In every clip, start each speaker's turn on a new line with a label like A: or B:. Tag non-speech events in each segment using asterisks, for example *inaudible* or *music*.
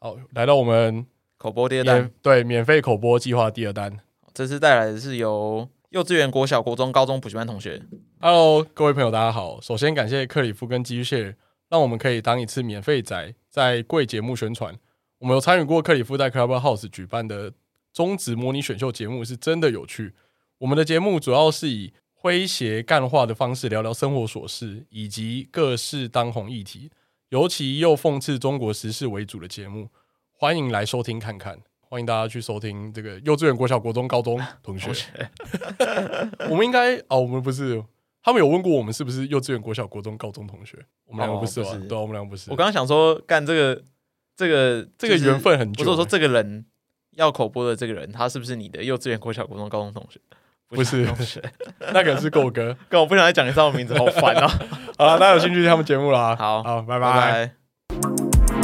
A: 哦，来到我们
B: 口播第二单
A: 免，对免费口播计划第二单。
B: 这次带来的是由幼稚园、国小、国中、高中补习班同学，
A: Hello，各位朋友，大家好。首先感谢克里夫跟机械，让我们可以当一次免费仔，在贵节目宣传。我们有参与过克里夫在 Clubhouse 举办的中职模拟选秀节目，是真的有趣。我们的节目主要是以诙谐干话的方式聊聊生活琐事以及各式当红议题，尤其又讽刺中国时事为主的节目，欢迎来收听看看。欢迎大家去收听这个幼稚园、国小、国中、高中同学。我们应该哦，我们不是，他们有问过我们是不是幼稚园、国小、国中、高中同学，我们两个不是吧？
B: 哦不是
A: 对啊、我们两个不是。
B: 我刚刚想说，干这个这个
A: 这个缘，分很
B: 就是
A: 久啊
B: 我
A: 了，
B: 说说这个人要口播的这个人，他是不是你的幼稚园、国小、国中、高中同学？
A: 不是
B: 同学，
A: *laughs* 那个是够哥。
B: 跟我不想再讲一次我名字，好烦啊！
A: 好了，大家有兴趣听他们节目啦。
B: *laughs* 好
A: 好，拜
B: 拜
A: 拜。
B: 拜。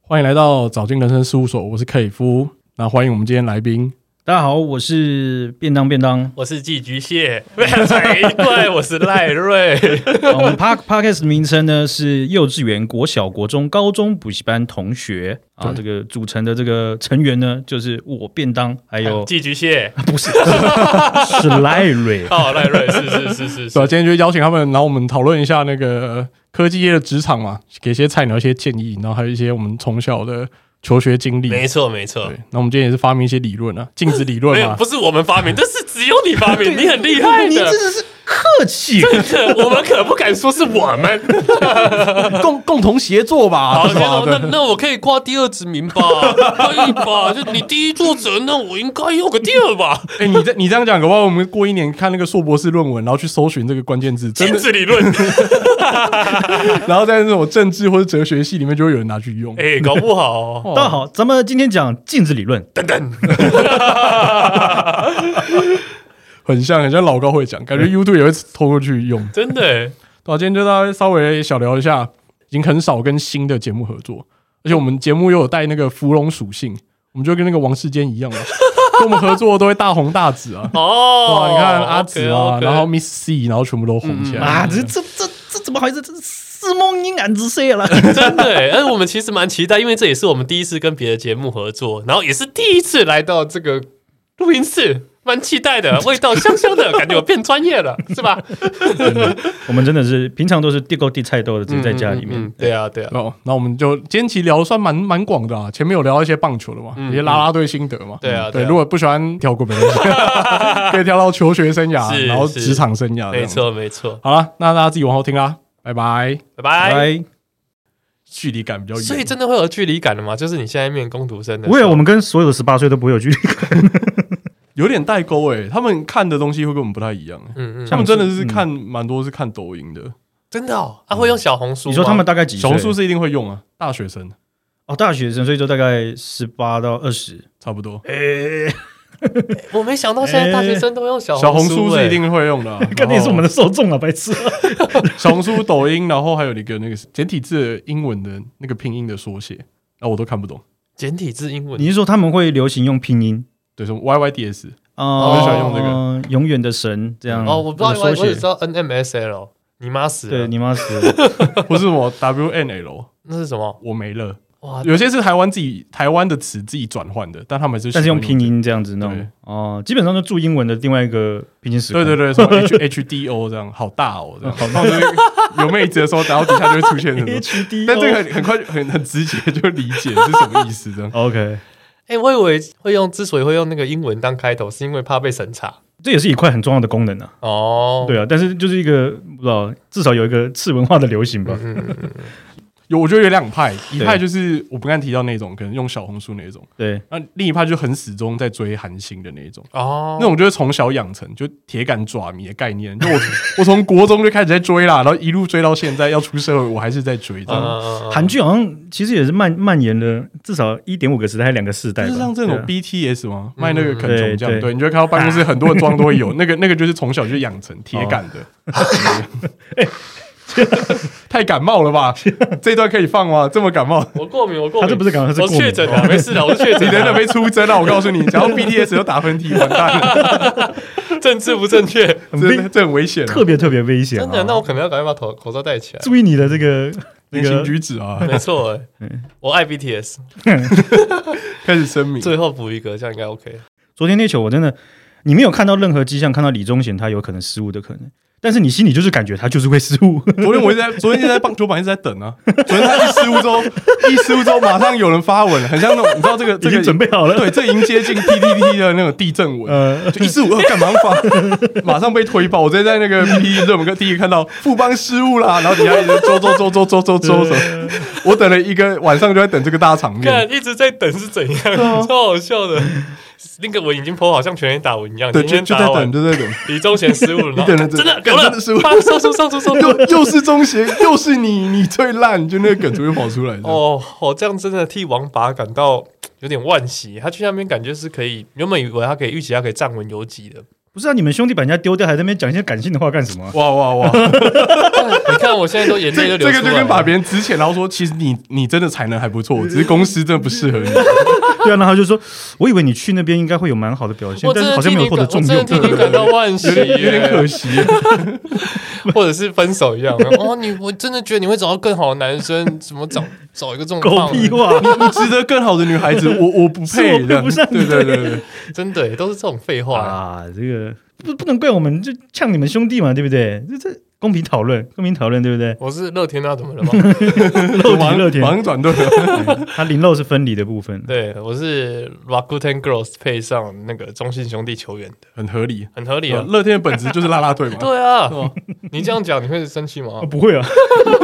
A: 欢迎来到早进人生事务所，我是克里夫。那欢迎我们今天来宾，
C: 大家好，我是便当便当。
D: 我是寄居蟹， *laughs* 才对，我是赖
A: *laughs*
D: 瑞。
C: 呃我们 Park Podcast 名称呢是幼稚园、国小、国中、高中补习班同学啊，这
A: 对
C: 个组成的这个成员呢，就是我便当，还有
D: 寄居蟹，
C: 不是是 Larry。
D: 哦，赖瑞是是是是
A: 对啊，今
D: 是，
A: 天就邀请他们，然后我们讨论一下那个呃科技业的职场嘛，给一些菜鸟一些建议，然后还有一些我们从小的求学经历。
D: 没错没错
A: 对，，那我们今天也是发明一些理论啊，镜子理论
D: 没有
A: 嘛
D: 不。是我们发明，这是只有你发
A: *laughs*
D: 明，你很厉害
C: 你真
D: 的。
C: 的是客气，
D: 这 *laughs* 我们可不敢说是我们。
A: *laughs* 共共同协作吧，
D: 好，
A: 是吧？
D: 那那
A: 对，
D: 那我可以挂第二指
A: *laughs*
D: 名吧？可以吧？就你第一作者，那我应该有个第二吧？
A: 哎、你这你这样讲，搞不好我们过一年看那个硕博士论文，然后去搜寻这个关键字， *laughs* 真 *laughs*
D: 镜
A: 的，
D: 子理论，
A: 然后在那种政治或者哲学系里面就会有人拿去用。
D: 哎，搞不好哦。
A: 哦
C: 大家好，咱们今天讲镜子理论，
A: 很像，很像老高会讲，感觉
D: 嗯
A: YouTube 也会偷过去用。
D: 真的欸，
A: 对、啊，今天就大家稍微小聊一下，已经很少跟新的节目合作，而且我们节目又有带那个芙蓉属性，我们就跟那个王世坚一
D: *laughs*
A: 样嘛，跟我们合作都会大红大紫啊。
D: 哦
A: 哇，，你看阿紫啊，
D: OK，OK
A: 然后 Miss C，然后全部都红起
D: 嗯
A: 来。
C: 啊，这这这这怎么好意思？这是四梦阴暗之色了。
D: *laughs* 真的欸，而我们其实蛮期待，因为这也是我们第一次跟别的节目合作，然后也是第一次来到这个录音室，蛮期待的，味道香香的，感觉我变专业了，是吧？
C: 我们真的是平常都是地沟地菜豆的，自 *laughs* 己在家里面
D: 嗯，嗯对啊，对啊，
A: 哦，那我们就今天其实聊得算蛮蛮广的啊，前面有聊到一些棒球的嘛，一些啦啦队心得嘛。嗯
D: 嗯对啊
A: 对，
D: 对啊
A: 如果不喜欢跳过没关系， *laughs* 可以跳到求学生涯，
D: 是
A: 然后
D: 是
A: 职场生涯。
D: 没。错，没错，
A: 好了，那大家自己往后听啦，拜拜。
D: 拜拜。
C: 来，
A: 距离感比较远，
D: 所以真的会有距离感的吗？就是你现在面攻读生的时
C: 不
D: 候，
C: 会啊，我们跟所有的十八岁都不会有距离感。
A: 有点代沟诶、他们看的东西会跟我们不太一样、欸。
D: 嗯嗯，
A: 他们真的是
C: 嗯
A: 看蛮、多是看抖音的，
D: 真的哦，他会用小红书吗，
C: 你说他们大概几岁？
A: 小红书是一定会用啊，大学生
C: 哦，大学生，所以就大概十八到二十。
A: 差不
D: 哎
A: 多。
C: 诶，
D: 我没想到现在大学生都用小
C: 哎
A: 小红书
D: 书欸
A: 是一，定会用的、啊，
C: *laughs* 肯定是我们
A: 的
C: 的受众了，白痴。
A: 小红书、抖音，然后还有一个那个简体字的英文的那个拼音的缩写，啊，我都看不懂。
D: 简体字英文
C: 你，是说他们会流行用拼音？
A: 对，什么 *laughs* YYDS，
C: 哦，
D: 我就喜欢
A: 用这个
C: 个永远的神这样。
D: 哦，我不知道，
C: 这
D: 我
C: 个
D: 我
C: 缩
D: 只知
C: 写。
D: 道 NMSL，你妈死
C: 对，
D: 了，
C: 你妈死了。
A: 不是什么 WNL，
D: 那是什么？
A: 我没了。
D: 哇，
A: 有些是台湾自己台湾的词自己转换的，但他们是
C: 但是用拼
A: 音。
C: 音这样子
A: 对
C: 弄。哦，基本上就注英文的另外一个平行时空。
A: 对对对，什么 H HDO 这样，好大哦，这样。然后就是有妹子的时候，然后底下就会出现什么
C: *laughs* H
A: *laughs*
C: D。。
A: 但这个很很快就很很直接就理解是什么意思这样
C: OK， *laughs* 哦
D: 哎、我以为会用，之所以会用那个英文当开头，是因为怕被审查
C: 这也是一块很重要的功能啊。
D: 哦。
C: 对啊，但是就是一个不知道，至少有一个次文化的流行吧。
D: 嗯，
A: 有，我觉得有两派，一
C: 对
A: 派就是我不刚才提到那种，可能用小红书那种；
C: 对，
A: 那另一派就很始终在追韩星的那种。
D: 哦，
A: 那种就是从小养成，就铁杆爪迷的概念。就我我从 *laughs* 国中就开始在追啦，然后一路追到现在，要出社会我还是在追这
D: 嗯
A: 样。
D: 嗯嗯嗯
C: 韩剧好像其实也是蔓蔓延了至少一点五个时代，还两个世代
A: 就
C: 吧。
A: 是像这种
C: 对啊
A: BTS 吗？卖那个肯
C: 嗯
A: 琼酱，
C: 对
A: 对，你就会看到办公室很多的妆都 *laughs* *laughs*
C: 哦
A: 会有，那个那个就是从小就养成铁杆的。哎太感冒了
C: *laughs*
A: 吧？这一段可以放吗？这么感冒，
D: 我过敏，我过敏，
C: 他这不是感冒他是
D: 我
C: 过敏
D: 确诊啊了，没事的，我是确诊
A: 哦 *laughs* 你等
D: 的
A: 等被出征啊了，我告诉你，讲到 BTS 就打喷嚏，完蛋
C: *laughs*
A: 了，
D: 政治不正确，
C: 很危
A: 这这很危险啊，
C: 特别特别危险、啊。
D: 真的，那我可能要赶快把头口罩戴起来。
C: 注意你的这
D: *laughs*
C: 个那
A: 言行
C: 个
A: 举止
C: *laughs*
A: 啊，
D: 没错、
A: *laughs*
D: 欸，我爱 BTS。
A: 开始声明，
D: 最后补一个，这样应该 OK。
C: 昨天那球我真的，你没有看到任何迹象，看到李宗贤他有可能失误的可能，但是你心里就是感觉他就是会失误。
A: 昨天我一直在，昨天一直在棒球板一直在等啊。昨天他一失误之后，一失误之后马上有人发文，很像那种你知道这个
C: 已
A: 这
C: 经
A: 个
C: 准备好了
A: 对，这迎接进 PPT 的那种地震文，
C: *laughs* 呃，
A: *laughs* 就一失误呃干嘛发， *laughs* 马上被推爆。我直接在那个 PPT 热门跟第一个看到富邦失误啦，然后底下一直周周周周周周周什么，我等了一个晚上就在等这个大场面
D: 看。一直在等是怎样，
A: 啊
D: 超好笑的。那个我已经剖好像全员打完一样，
A: 对，
D: 今
A: 就
D: 天
A: 就
D: 打
A: 在等，
D: 完，
A: 就在等，
D: 李宗贤失误了，然后
A: 等了
D: 真的
A: 等
D: 有
A: 真
D: 了
A: 的失误，
D: 棒收收收收收。
A: *laughs* 又又是中邪，又是你，你最烂，就那个梗就会跑出来的。
D: 哦，我这样真的替王拔感到有点惋惜。他去那边感觉是可以，原本以为他可以预期他可以站稳游击的。
C: 不是啊，你们兄弟把人家丢掉，还在那边讲一些感性的话干什么啊、
A: 哇哇哇！
D: 你看我现在都眼
A: *laughs*
D: 泪
A: 这这
D: 都流
A: 个
D: 出
A: 就
D: 来
A: 跟把
D: 了。
A: 别人值钱，然后说其实你你真的才能还不错，只是公司真的不适合 *laughs* 你。
C: 对啊，然后他就说，我以为你去那边应该会有蛮好的表现
D: 我，真
C: 但是
D: 的
C: 好
D: 替
C: 像没有
D: 你
C: 获
D: 感，
C: 得
D: 我
C: 重
D: 真的
C: 用。
D: 替你感到惋惜，
A: 有点可惜，
D: 或者是分手一样。哦，你我真的觉得你会找到更好的男生， *laughs* 怎么找找一个这种
C: 狗
D: 棒
C: 屁
D: 的？
C: 话！
D: *laughs*
A: 你值得更好的女孩子，我我不 *laughs*
C: 是
A: 配，
C: 我配
A: 这样
C: 不上
A: 对
C: 你
A: 对对对，
D: 真的耶都是这种废话。
C: 啊，这个不不能怪我们，就呛你们兄弟嘛，对不对？这这公平讨论，公平讨论，对不对？
D: *laughs* 我是乐天啊，怎么了
C: *laughs*
D: 吗？
C: 肉体乐
A: 马
C: 天，
A: 上转对，
C: 它零肉是分离的部分。
D: 对，我是 Rakuten Girls 配上那个中信兄弟球员的，
A: 很合理。
D: 很合理
C: 哦
D: 啊。
A: 乐天的本质就是啦啦队嘛，
D: *laughs* 对啊，你这样讲你会生气吗
C: 哦，？不会啊，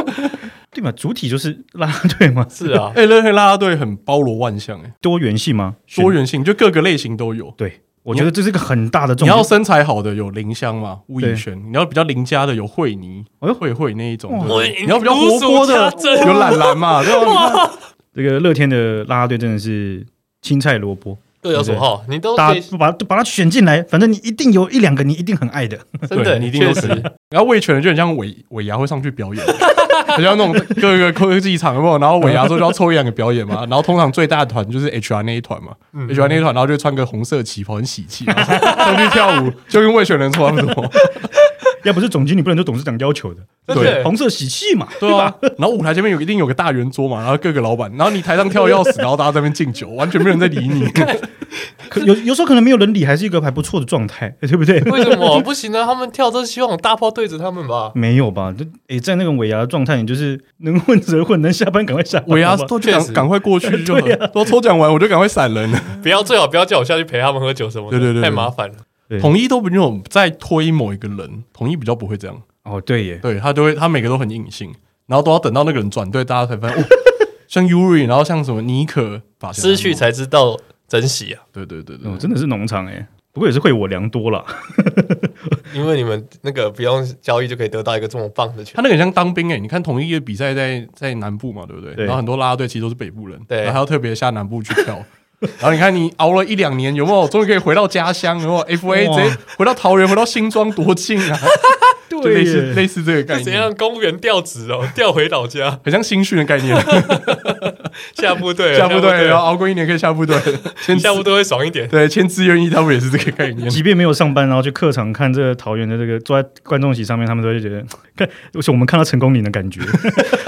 C: *laughs* 对嘛？主体就是拉拉队
A: *laughs*
C: 嘛，
D: 是啊，
A: 哎，乐天啦啦队很包罗万象，哎，
C: 多元性嘛，
A: 多
C: 选。
A: 元性，就各个类型都有。
C: 对，我觉得这是个很大的重
A: 你要
C: 点。
A: 身材好的有林香嘛，吴以
C: 对
A: 轩；你要比较邻家的有惠妮
C: 哎呦，
A: 惠惠那一种；
C: 哇
A: 对不对
D: 哎
A: 你要比较活泼
D: 如
A: 的
D: 数家珍
A: 有
D: *laughs*
A: 懒懒嘛，对吧？你看
C: 这个乐天的拉拉队真的是青菜萝卜，
D: 各有所好，你都
C: 大
D: 得
C: 家不把都把它选进来，反正你一定有一两个你一定很爱的。 *laughs*
D: 真的
A: 对你一定都
D: 确
A: 是
D: 实
A: 然后魏全的就很像尾尾牙会上去表演，很像那种各个科技厂有没有？然后尾牙之后就要抽一两个表演嘛。然后通常最大的团就是 HR 那一团嘛、h
C: 嗯
A: r 那一团，然后就穿个红色旗袍，很喜气，然后上去跳舞，就跟魏全人差不多。
C: 要不是总经理不能就董事长要求的，
D: 真的
C: 红色喜气嘛，
A: 对啊，然后舞台前面有一定有个大圆桌嘛，然后各个老板，然后你台上跳的要死，然后大家在那边敬酒，完全没有人在理你。
C: 可有有时候可能没有人理，还是一个还不错的状态， *laughs* 对不对？
D: 为什么不行呢？他们跳都希望我大炮对着他们吧。
C: 没有吧？就诶、在那个尾牙的状态，你就是能混则混，能下班赶快下班。
A: 尾牙
C: 好吧
A: 都就
D: 确
A: 赶
D: 实啊
A: 赶快过去就好，都抽奖完我就赶快闪人了。
D: 不要，最好不要叫我下去陪他们喝酒什么的，
A: 对对对对
D: 太麻烦了。
C: 对
A: 统一都不那种在推某一个人，统一比较不会这样。
C: 哦，对耶，
A: 对他就会，他每个都很隐性，然后都要等到那个人转队，大家才发现，哦、像 Yuri，然后像什么尼可，把
D: 失去，才知道珍惜啊，
A: 对对对对，
C: 哦，真的是农场哎，不过也是会我良多啦。
D: 因为你们那个不用交易就可以得到一个这么棒的球
A: *laughs* 他。那个很像当兵哎、你看统一的比赛在在南部嘛，对不对？
C: 对
A: 然后很多啦啦队其实都是北部人，
D: 对
A: 然后还要特别下南部去跳。 *laughs* 然后你看，你熬了一两年，有没有？终于可以回到家乡，有没有？FA
C: 哇
A: 直接回到桃园，回到新庄，多近
D: *laughs*
A: 啊！就类似
C: 耶
A: 类似这个概
D: 怎
A: 念，
D: 样？公务员调职哦，调回老家
A: 很像新训的概
D: *laughs*
A: 念。
D: 下部队了，
A: *laughs* 下部队，然后
D: 了，
A: 熬过一年可以下部
D: *laughs*
A: 队，先
D: 下部队会爽一点。
A: 对签志愿役，他们也是这个概念。 *laughs*
C: 即便没有上班，然后去客场看这个桃园的这个坐在观众席上面，他们都会觉得，看，而且我们看到成功岭的感觉，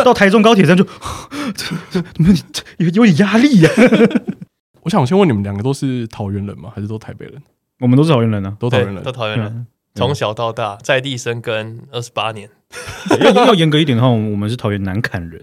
C: 到台中高铁站就，这这怎么这有有点压力呀、
A: 我想先问你们两个都是桃园人吗？还是都台北人？
C: 我们都是桃园人啊，
A: 都桃
D: 对，
A: 园人
D: 都。讨厌了。
C: 嗯
D: *laughs* 从小到大，在地生根二十八年。
C: 要要严格一点的话，我们我们是桃园南坎人，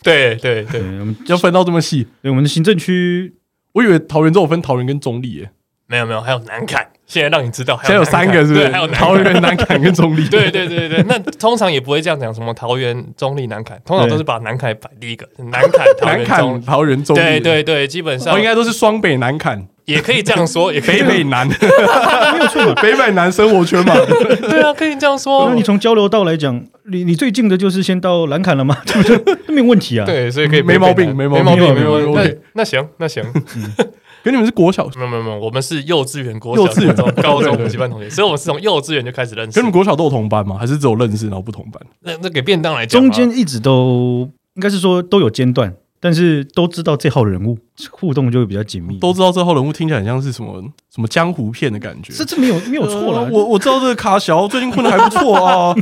D: 对对对，
C: 对，我们
A: 要分到这么细，
C: 对我们的行政区
A: 我以为桃园只有分桃园跟中立耶，
D: 没有没有，还有南坎。现在让你知道，
A: 现在有
D: 南
A: 三
D: 坎
A: 个是不
D: 对
A: 是
D: 还有？南
A: 桃
D: 坎。
A: 园、南坎跟中立。
D: *laughs* 对对对对，那通常也不会这样讲，什么桃园、中立、南坎，通常都是把南坎摆第一个，南坎、桃
A: 南
D: 园、中
A: 坎、
D: 立。
A: 桃园、中立。
D: 对，对对，基本上
A: 哦，应该都是双北南坎、
D: 也可以这
A: *laughs*
D: 样说，也可以
A: 北
D: 这样
A: 北
D: *laughs*
A: 南，没有错，北北南生活圈嘛。
D: 对啊，可以这样说
C: 那。你从交流道来讲，你你最近的就是先到兰坎了吗？对不对？没有问题啊。，
D: 对，所以可以
A: 没毛病
D: 没
A: 没毛
D: 毛
A: 病
D: 没毛
A: 没毛
D: 病。
A: 病
D: 那那行那行，
A: 可你们是国小，
D: 没有没有没有，我们是幼稚园、国
A: 幼
D: 小、
A: 稚
D: 高
A: 园
D: 中、高
A: 对对
D: 中
A: 对
D: 补习班同学，所以我们是从幼稚园就开始认
A: 可
D: 识
A: 你们。国小都有同班吗？还是只有认识然后不同班？
D: 那那给便当来讲啊吧，
C: 中间一直都应该是说都有间断，但是都知道这号人物，互动就会比较紧密。
A: 都知道这号人物听起来很像是什么什么江湖片的感觉，
C: 这这没有没有错
A: 呃
C: 了，
A: 我我知道这个卡小最近混的还不错
D: *laughs*
A: 啊，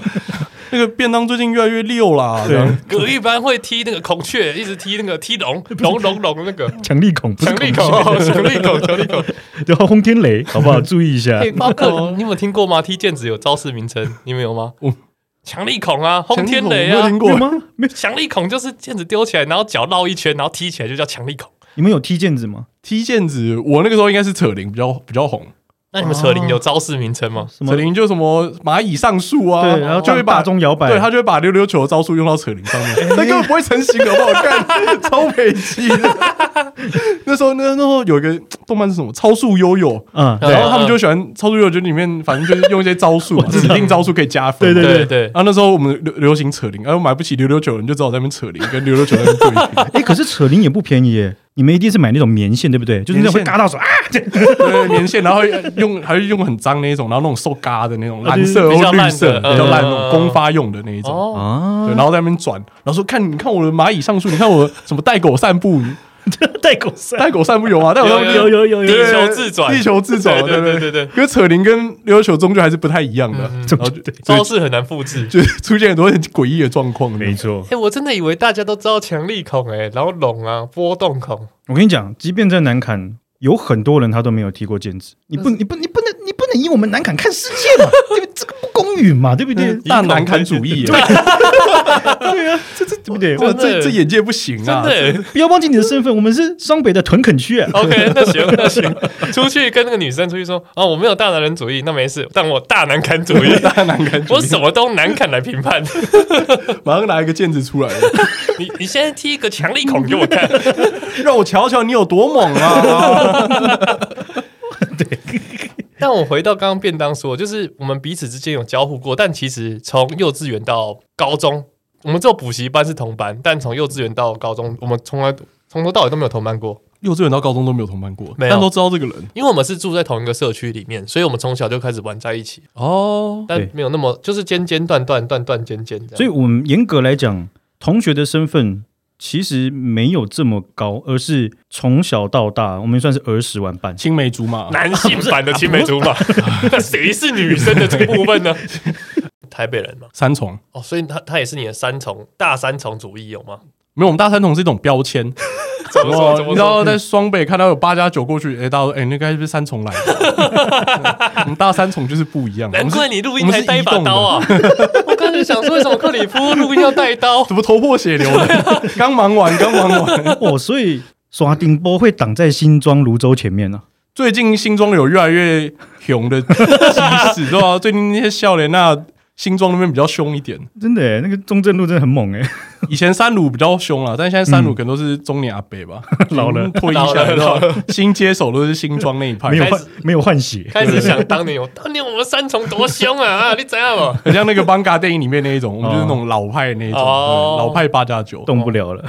A: 那个便当最近越来越溜啦。这样
D: 隔一班会踢那个孔雀，一直踢那个踢龙龙龙龙那个
C: 强力孔，不是
D: 强力
C: *laughs*
D: 口，哦强力口，强力口。
C: 然后轰天雷，好不好？注意一
A: *laughs*
C: 下
D: 哎，，巴克，你有没有听过吗？踢毽子有招式名称，你们有吗
A: 我？
D: 强力孔啊，轰天
A: 我没
D: 雷
A: 有
D: 啊
A: 听，
C: 有
A: 过，
C: 吗？没有，
D: 强力孔就是毽子丢起来，然后脚绕一圈，然后踢起来就叫强力孔。
C: 你们有踢毽子吗？
A: 踢毽子，我那个时候应该是扯铃比较比较红，
D: 那你们扯铃有招式名称吗？
C: 什么
A: 扯？铃就什么蚂蚁上树啊，
C: 对，然后
A: 就会
C: 就
A: 把
C: 大钟摇摆，哎
A: 对他就会把溜溜球的招数用到扯铃
C: *laughs*
A: 上面，那根本不会成型，好不好？看超北极的。 *laughs* 那时候那那时候有一个动漫是什么超速悠悠，
C: 嗯，
D: 对
A: 然后他们就喜欢超速悠悠，就里面反正就是用一些招数嘛，指定招数可以加分嘛。
C: 对
D: 对对
A: 然，后那时候我们流流行扯铃，然后买不起溜溜球，你就只好在那边扯铃，跟溜溜球在那边对拼。
C: 哎，可是扯铃也不便宜耶，你们一定是买那种棉线对不对？就是那种会
A: 棉线
C: 嘎到手啊，
A: 对，棉线，然后用还是用很脏那一种，然后那种瘦嘎的那种，蓝色
D: 哦比
A: 或
D: 较
A: 绿
D: 烂的
A: 色
D: 嗯
A: 比较烂那种公发用的那一种。
D: 哦，
C: 啊
A: 对，然后在那边转，然后说看，你看我的蚂蚁上树，你看我什么带狗散步，
C: 带狗绳，
A: 带狗散 *laughs* 步有吗？带狗散步
C: 有有有有
D: 地
A: 对
D: 球自转，
A: 地球自转，
D: 对
A: 对
D: 对对对对，
A: 因为扯铃跟溜溜球终究还是不太一样的，
D: 嗯
A: 然后就
D: 招式很难复制。
A: 就出现很多很诡异的状况。
C: 没错
D: 哎、。我真的以为大家都知道强力孔、哎，然后拢啊，波动孔，
C: 我跟你讲，即便在南坎，有很多人他都没有踢过毽子。你不，你不，你不能，你不能以我们南坎看世界嘛，对不对？这个不公允嘛，对不对？
A: 大南坎主义，对，
C: 对 *laughs* 啊，这这对
A: *laughs*
C: 不对？
A: 这
D: 真的
A: 这这眼界不行
D: 真
A: 啊！
D: 的、哎
C: 不要忘记你的身份，我们是双北的屯垦区啊。
D: OK，那行那行，出去跟那个女生出去说，哦，我没有大男人主义，那没事，但我大男砍主义，
A: *laughs* 大南坎主
D: 我
A: 义，
D: 什么都难砍来评判。
A: 马上拿一个毽子出来，
D: 你你现在踢一个强力孔给我看，
A: 让我瞧瞧你有多猛
D: *laughs*
A: 啊！
D: *laughs* 但我回到刚刚便当说，就是我们彼此之间有交互过，但其实从幼稚园到高中，我们只有补习班是同班，但从幼稚园到高中，我们从来从头到尾都没有同班过，
A: 幼稚园到高中都没有同班过，
D: 没有
A: 但都知道这个人
D: 因为我们是住在同一个社区里面，所以我们从小就开始玩在一起，
A: 哦。
D: 但
C: 对
D: 没有那么就是间间断断断断间间这样。
C: 所以，我们严格来讲，同学的身份其实没有这么高，而是从小到大，我们算是儿时玩
D: *laughs*
C: 伴。
A: 青梅竹马，
D: 男性版的青梅竹马，那谁是女生的这个部分
C: *laughs*
D: 呢？台北人嘛，
A: 三重
D: 哦，所以他他也是你的三重大三重主义有吗？
A: 没有，我们大三重是一种标签。
D: *laughs* 怎么说？怎
A: 哦你
D: 么
A: 知
D: 说？
A: 道在双北看到有八加九过去，哎，大家说哎，那该是不是三重来的？ *laughs* 我们大三重就是不一样，我
D: 难
A: 们是
D: 怪你录
A: 我
D: 音
A: 们
D: 还
A: 是
D: 带一
A: 移
D: 把
A: 动的
D: 刀
A: *laughs*
D: 啊！我刚才想说，为什么克里夫录音要
A: *laughs*
D: 带刀？
A: 怎么头破血流的？ *laughs* 刚忙完，刚忙完。
C: 哦，所以耍顶波会挡在新庄、泸州前面呢、啊。
A: 最近新庄有越来越熊的趋势，对吧？ *laughs* 最近那些笑脸那新庄那边比较凶一点。
C: 真的耶，那个中正路真的很猛哎。
A: 以前三鲁比较凶啊啦，但现在三鲁可能都是中年阿伯吧，
C: 老了
A: 退役下来，
D: 嗯老了
A: 然后新接手都是新庄那一派，
C: 没有
D: 开
C: 换
D: 始，哦
C: 没有换血。
D: 开始想当年有，当年我们三重多凶啊！
A: *laughs*
D: 啊，你怎样嘛？
A: 很像那个邦嘎电影里面那一种，我们就是那种老派那一种，
D: 哦
A: 对老派八加九。
C: 动不了了，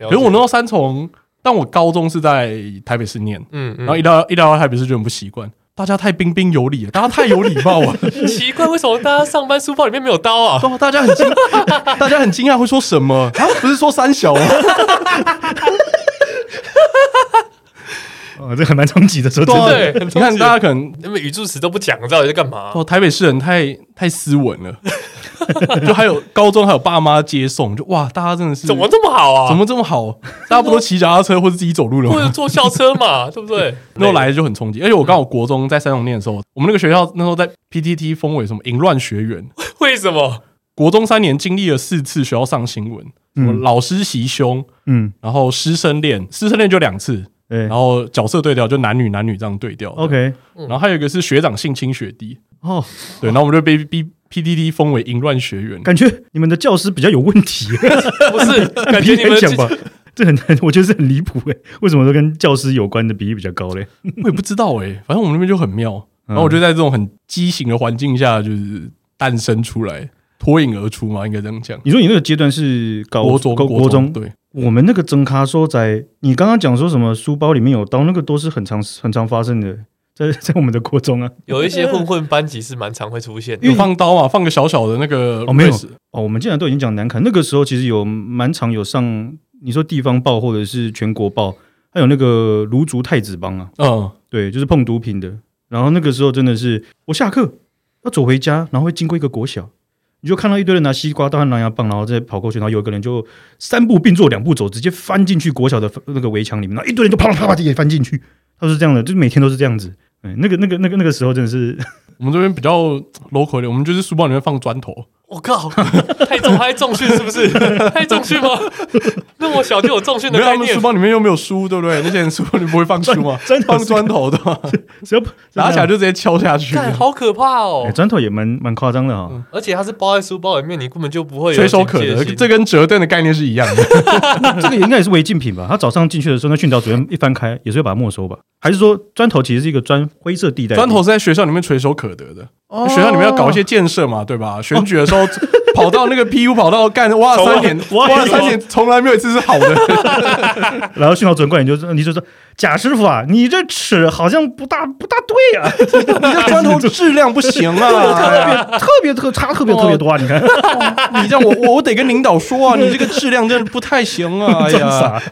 A: 可是我弄到三重，但我高中是在台北市念，
D: 嗯
A: 然后
D: 嗯，
A: 一到一到台北市就很不习惯，大家太彬彬有礼了，大家太有礼貌
D: *laughs*
A: 了。
D: 奇怪，为什么大家上班书包里面没有刀啊？
A: 对啊，大家很惊，大家很惊讶，会说什么？啊，不是说三小吗？
C: 哦，这还蛮冲击的，说真的，
D: *laughs* 对
A: 啊你看大家可能
D: 那么语助词都不讲，你知道我在干嘛？
A: 哦，台北市人太太斯文
D: *laughs*
A: 了，就还有高中还有爸妈接送，就哇，大家真的是
D: 怎么这么好啊？
A: 怎么这么好？大家不都骑脚踏车或者自己走路了
D: 或者
A: 吗？
D: 坐校车
A: *laughs*
D: 嘛，对不对？
A: 那我来的就很冲击，而且我刚好国中在三重念的时候，我们那个学校那时候在 PTT 封为什么淫乱学园，
D: 为什么？
A: 国中三年经历了四次学校上新闻，什么
C: 嗯
A: 老师袭胸，
C: 嗯，
A: 然后师生恋，师生恋就两次，
C: 对
D: 哦
A: 然后角色对调就男女男女这样对调。
C: ，OK，
A: 然后还有一个是学长性侵学弟，
C: 哦，
A: 对，然后我们就被 B P D D 封为淫乱学员。
C: 感觉你们的教师比较有问题，
D: 不
A: *laughs*
D: 是， *laughs* 感觉
C: 比
D: 你
C: 来
D: 们
C: 讲吧，这很，我觉得是很离谱哎，为什么都跟教师有关的比例比较高嘞？
A: 我也不知道哎、反正我们那边就很妙。
C: 嗯
A: 然后我就在这种很畸形的环境下，就是诞生出来，脱颖而出嘛，应该这样讲。
C: 你说你那个阶段是高
A: 国中，
C: 高国中，
A: 对，
C: 我们那个整卡说在，你刚刚讲说什么书包里面有刀，那个都是很常很常发生的，在 *laughs* 在我们的国中啊。
D: 有一些混混班级是蛮常会出现的，
A: 有放刀嘛？放个小小的那个
C: 哦没有
A: brace
C: 哦，我们既然都已经讲南坎，那个时候其实有蛮常有上，你说地方报或者是全国报，还有那个卢竹太子帮啊，
A: 嗯，
C: 对，就是碰毒品的。然后那个时候真的是，我下课要走回家，然后会经过一个国小，你就看到一堆人拿西瓜刀和狼牙棒，然后再跑过去，然后有一个人就三步并作两步走，直接翻进去国小的那个围墙里面，然后一堆人就啪啦啪啦地也翻进去。他是这样的，就是每天都是这样子。嗯，那个、那个、那个、那个时候真的是，
A: 我们这边比较 local 一点，我们就是书包里面放砖头，
D: 我靠，太重还重训是
A: *laughs*
D: 不是？太重训吗？那么小就有重训
A: 没
D: 的
A: 有他
D: 概
A: 们
D: 念
A: 书，包里面又没有书，对不对？那些人书包里面不会放书 *laughs* 嘛，
C: 砖砖头
A: 放
C: 是
A: 砖头的 *laughs* 嘛，
C: 只要
A: 拿起来就直接敲下去，
D: 看好可怕哦
C: 哎，！砖头也蛮蛮夸张的哈、
A: 嗯
D: 而且它是包在书包里面，你根本就不会有
A: 垂手可
D: 警戒
A: 得，
D: 心
A: 这跟折凳的概念是一样 *laughs* 的。
C: 这个应该也是违禁品吧？他早上进去的时候，那训导主任一翻开，也是会把它没收吧？还是说砖头其实是一个砖灰色地带？
A: 砖头是在学校里面垂手可得的，
C: 哦
A: 学校里面要搞一些建设嘛，对吧？选举的时候跑到那个 PU 跑到干挖了 *laughs* 三年，
C: 挖
A: 挖了三年，从来没有一次是好的。
C: 然后训导主任过来你就说你就说贾师傅啊，你这尺好像不大不大对 *laughs* 啊，
A: *laughs* 你这砖头质量不行 *laughs*
C: 哎
A: 啊！
C: 特别特差特别特别多啊！你看，
A: 你这样我我我得跟领导说啊，你这个质量真的不太行啊！ *laughs* 哎
C: 装
A: 呀
C: 傻，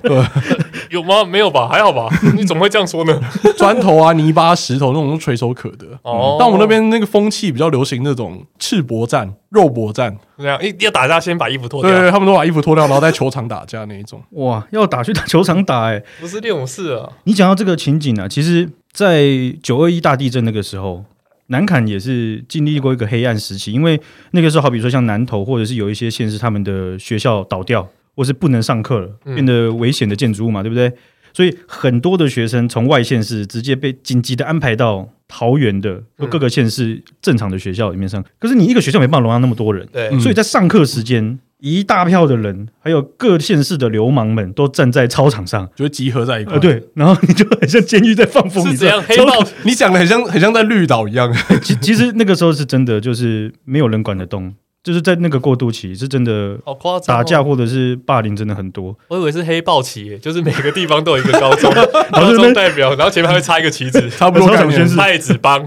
D: 有吗？没有吧？还好 *laughs* 吧？你怎么会这样说呢？
A: 砖头啊、泥巴、石头那种都垂手可得。
D: 哦，
A: 但我们那边那个风气比较流行那种赤膊战、肉搏战，
D: 这样一要打架，先把衣服脱
A: 对
D: 掉，
A: 他们都把衣服脱掉，然后在球场打架那一
D: *laughs*
A: 种。
C: 哇，要打去打球场打哎、
D: 不是练武士啊。
C: 你讲到这个情景啊，其实，在九二一大地震那个时候，南坎也是经历过一个黑暗时期，因为那个时候，好比说像南投，或者是有一些县市，他们的学校倒掉，或是不能上课了，
D: 嗯
C: 变得危险的建筑物嘛，对不对？所以很多的学生从外县市直接被紧急的安排到桃园的
D: 嗯
C: 各个县市正常的学校里面上。可是你一个学校没办法容纳那么多人，
D: 对，
A: 嗯
C: 所以在上课时间，一大票的人，还有各县市的流氓们都站在操场上。
A: 就会集合在一块。
C: 呃，，对，然后你就很像监狱在放风，
D: 是
C: 你知
D: 怎
C: 道
D: 样
C: 吗
D: 黑豹？
A: 你讲的很像很像在绿岛一
D: *laughs*
A: 样。
C: 其其实那个时候是真的，就是没有人管得动，就是在那个过渡期是真的
D: 好夸张、哦
C: 打架，或者是霸凌真的很多。
D: 我以为是黑豹旗耶，就是每个地方都有一个高 *laughs* 中
C: 后
D: 高
C: 这边
D: 中代表，然后前面还会插一个旗 *laughs* 子，
A: 差不多概
C: 我超想先
A: 念
C: 是
D: 太子帮。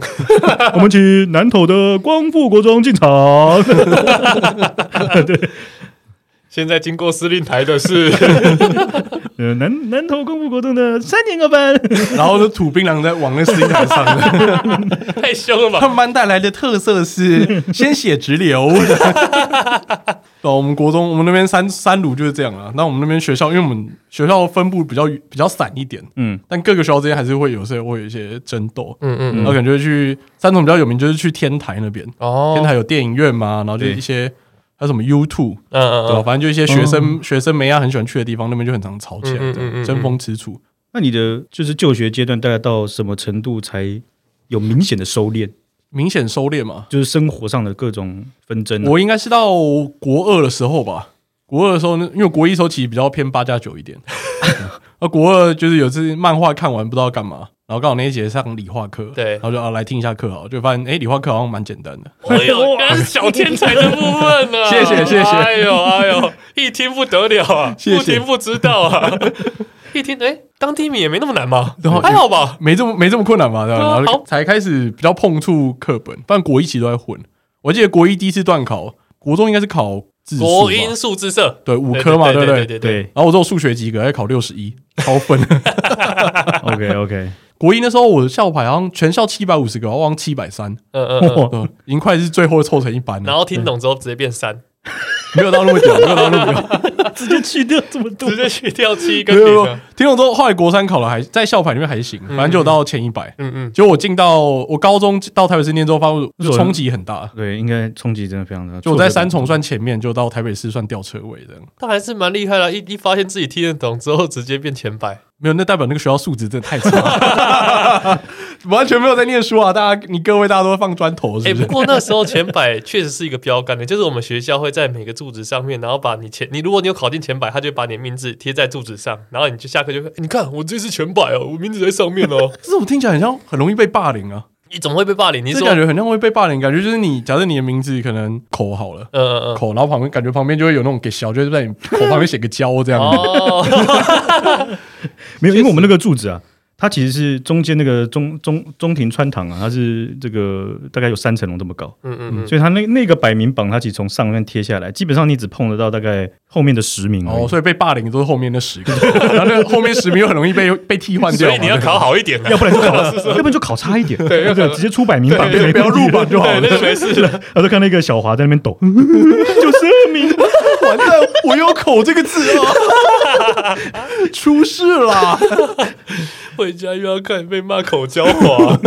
C: 我们请南投的光复国中进场。呃
D: 现在经过司令台的 *laughs* 是，
C: 呃，南南投光复国中的三年二班，
A: 然后就吐槟榔在往那司令台
D: *laughs*
A: 上的。
D: 太凶了吧？
A: 他们班带来的特色是鲜血直流。
D: *laughs*
A: 哦，我们国中我们那边三三鲁就是这样啊。那我们那边学校，因为我们学校分布比较比较散一点，
C: 嗯，
A: 但各个学校之间还是会有时候会有一些争斗。
D: 嗯嗯
A: 然后可能就会去三重比较有名，就是去天台那边。
D: 哦
A: 天台有电影院嘛，然后就是一些还有什么 U Two，
D: 嗯嗯
A: 对吧？
D: 嗯，
A: 反正就一些学生学生妹啊很喜欢去的地方，那边就很常吵起来
D: 嗯嗯嗯嗯
A: 的，
D: 嗯
A: 争风吃醋。
C: 那你的就是就学阶段大概到什么程度才有明显的收敛？
A: 明显收敛嘛，
C: 就是生活上的各种纷争啊、
A: 我应该是到国二的时候吧。国二的时候呢，因为国一时候其实比较偏八加九一点， *laughs* 而国二就是有次漫画看完不知道干嘛，然后刚好那一节上理化课，
D: 对
A: 然后就啊来听一下课好了，就发现哎、诶理化课好像蛮简单的，
D: 哎呦，原来是小天才的部分呢、啊。
A: *laughs* 谢谢谢谢
D: 哎呦哎呦，一听不得了啊，
A: 谢谢
D: 不听不知道啊。一听，哎，当第一名也没那么难吧？
A: 然后
D: 还好吧？
A: 没这么没这么困难嘛，对吧？
D: 对啊
A: 然后就
D: 好
A: 才开始比较碰触课本，不然国一其实都在混。我记得国一第一次段考，国中应该是考字数吧
D: 国音数字社
A: 对五科嘛，对不
D: 对对
A: 对？
D: 对对。
C: 对
A: 然后我只有数学及格，还考六十一，超分。
C: ，OK *laughs* OK，
A: 国一那时候我的校牌好像全校七百五十个，我忘七百三，
D: 嗯嗯嗯。
A: 嗯，已经快是最后凑成一班了。
D: 然后听懂之后直接变三，
A: 没有到那么久，没有到那么久，
C: 直接去掉这么多
D: 直接去掉七
A: 没
D: 跟
A: 有没
D: 零啊
A: 有
D: 了。
A: 听懂之后，后来国三考了还在校牌里面还行，反正就有到前一百。
D: 嗯嗯，
A: 结果我进到我高中到台北市念之后，发现我就冲击很大。
C: 对，应该冲击真的非常大。
A: 就我在三重算前面，就到台北市算掉车尾这样。
D: 他还是蛮厉害的。一一发现自己听得懂之后，直接变前百。
A: 没有，那代表那个学校素质真的太差了， *laughs* 完全没有在念书啊！大家，你各位大家都会放砖头，
D: 哎、
A: 是不是？。
D: 不过那时候前百 *laughs* 确实是一个标杆的，欸就是我们学校会在每个柱子上面，然后把你前你如果你有考进前百，他就会把你的名字贴在柱子上，然后 *laughs* 你就下课就会、欸你看我这次前百哦，我名字在上面哦
A: 这种听起来很像很容易被霸凌啊！
D: 你怎么会被霸凌？你是
A: 这
D: 说
A: 感觉很像会被霸凌，感觉就是你，假设你的名字可能口好了。
D: 呃 *laughs*
A: 口，然后旁边感觉旁边就会有那种给小，就会在你口旁边写个胶这样。
D: 哦，
C: 没有，因为我们那个柱子啊，它其实是中间那个中中中庭穿堂啊，它是这个大概有三层楼这么高，
D: 嗯嗯嗯，
C: 所以它那那个百名榜，它其实从上面贴下来，基本上你只碰得到大概后面的十名而已
A: 哦，所以被霸凌都是后面那十个， *laughs* 然后那个后面十名又很容易被被替换掉
D: *laughs* 所
A: 嘛。
D: 以你要考好一点啊，
C: 要不然就考，要不然就考差一点，
D: 对要
C: 那
D: 考
C: 个直接出百名榜就没
A: 对不要
C: 问题
A: 入榜就好
D: 对，
A: 了
D: 那。个没事了，
C: 然后就看那个小华在那边抖，九十二名，
A: 完蛋，我有口这个字哦， *laughs* 出事啦！
D: *laughs* 回家又要看被骂口交话，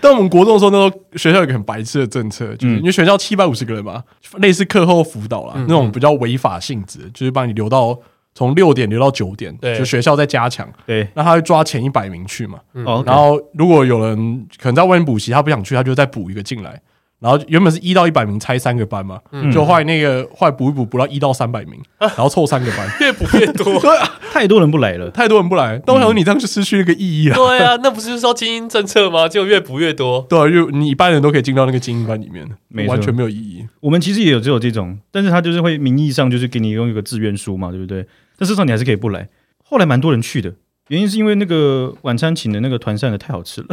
A: 但我们国中的时候，那时候学校有一个很白痴的政策，就是
C: 嗯
A: 因为学校七百五十个人嘛，类似课后辅导啦，
D: 嗯
A: 那种比较违法性质，就是帮你留到从六点留到九点，
D: 对
A: 就学校在加强，
C: 对，
A: 那他会抓前一百名去嘛。
C: 哦，
A: 然后如果有人可能在外面补习，他不想去，他就再补一个进来。然后原本是一到一百名拆三个班嘛，
C: 嗯
A: 就后来那个后来补一补补到一到三百
C: *laughs*
A: 名，然后凑三个班。
D: *laughs* 越补越 *laughs* 多。
A: 对啊，
C: 太多人不来了，
A: 太多人不来，但我想说你这样就失去一个意义
C: 嗯
A: 了。
D: 对啊，那不是就是要精英政策吗？就越补越多。
A: 对啊，因为你一般人都可以进到那个精英班里面
C: 没，错
A: 完全没有意义。
C: 我们其实也有只有这种，但是他就是会名义上就是给你用一个志愿书嘛，对不对？但事实上你还是可以不来。后来蛮多人去的，原因是因为那个晚餐请的那个团扇的太好吃了，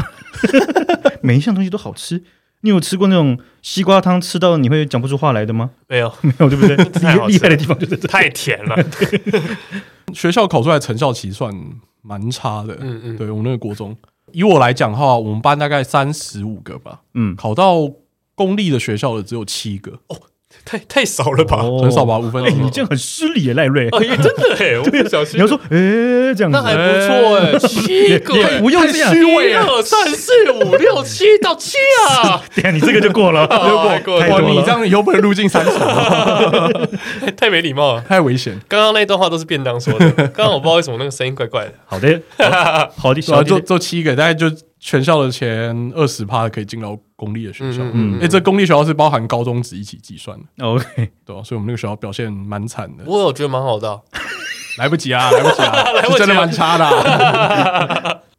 C: *laughs* 每一项东西都好吃。你有吃过那种西瓜汤吃到你会讲不出话来的吗？
D: 没
C: *laughs*
D: 有，
C: 没有，对不对？
D: *laughs* 太好吃了
C: 厉厉害的地方就是这。
D: 太甜了。
A: 学校考出来成效其实算蛮差的。
D: *laughs* 嗯嗯，
A: 对我那个国中，以我来讲的话，我们班大概三十五个吧，
C: 嗯，
A: 考到公立的学校的只有七个，
D: 太太啊少了吧？
C: 哦
A: 很少吧，？五分
C: 哎、
A: 之一
C: 你这样很失礼耶，啊赖
D: *laughs*
C: 瑞。
D: 哎，真的哎，我不小心。
C: 你要说，哎、这样子
D: 那，
C: *laughs*
D: 还不错哎，七个
C: 也
D: 哎，
C: 不用这样
D: 一。二三四五六七到七啊，
C: 等一下你这个就
D: *laughs*
C: 过了，
D: 哦太过
C: 太
A: 哎哇，
C: 多
A: 你
C: 了
A: 这。样以后不能入境三重，
D: 太 *laughs* 太没礼貌了。
A: 太危险。
D: 刚刚那段话都是便当说 *laughs* 的，刚刚我不知道为什么那个声音怪怪的。
C: 好的，好好
D: *laughs*
C: 的，
A: 对啊，
C: 小弟
A: 就就七个，大概就全校的前二十趴可以进到公立的学校。
D: 嗯
A: 哎，这公立学校是包含高中职一起计算的，
C: OK，
A: 对啊吧？所以我们那个学校表现蛮惨的
D: 不，过我觉得蛮好的啊，
A: 来不及啊，来不及啊，
D: 不及啊
A: 是真的蛮差的啊。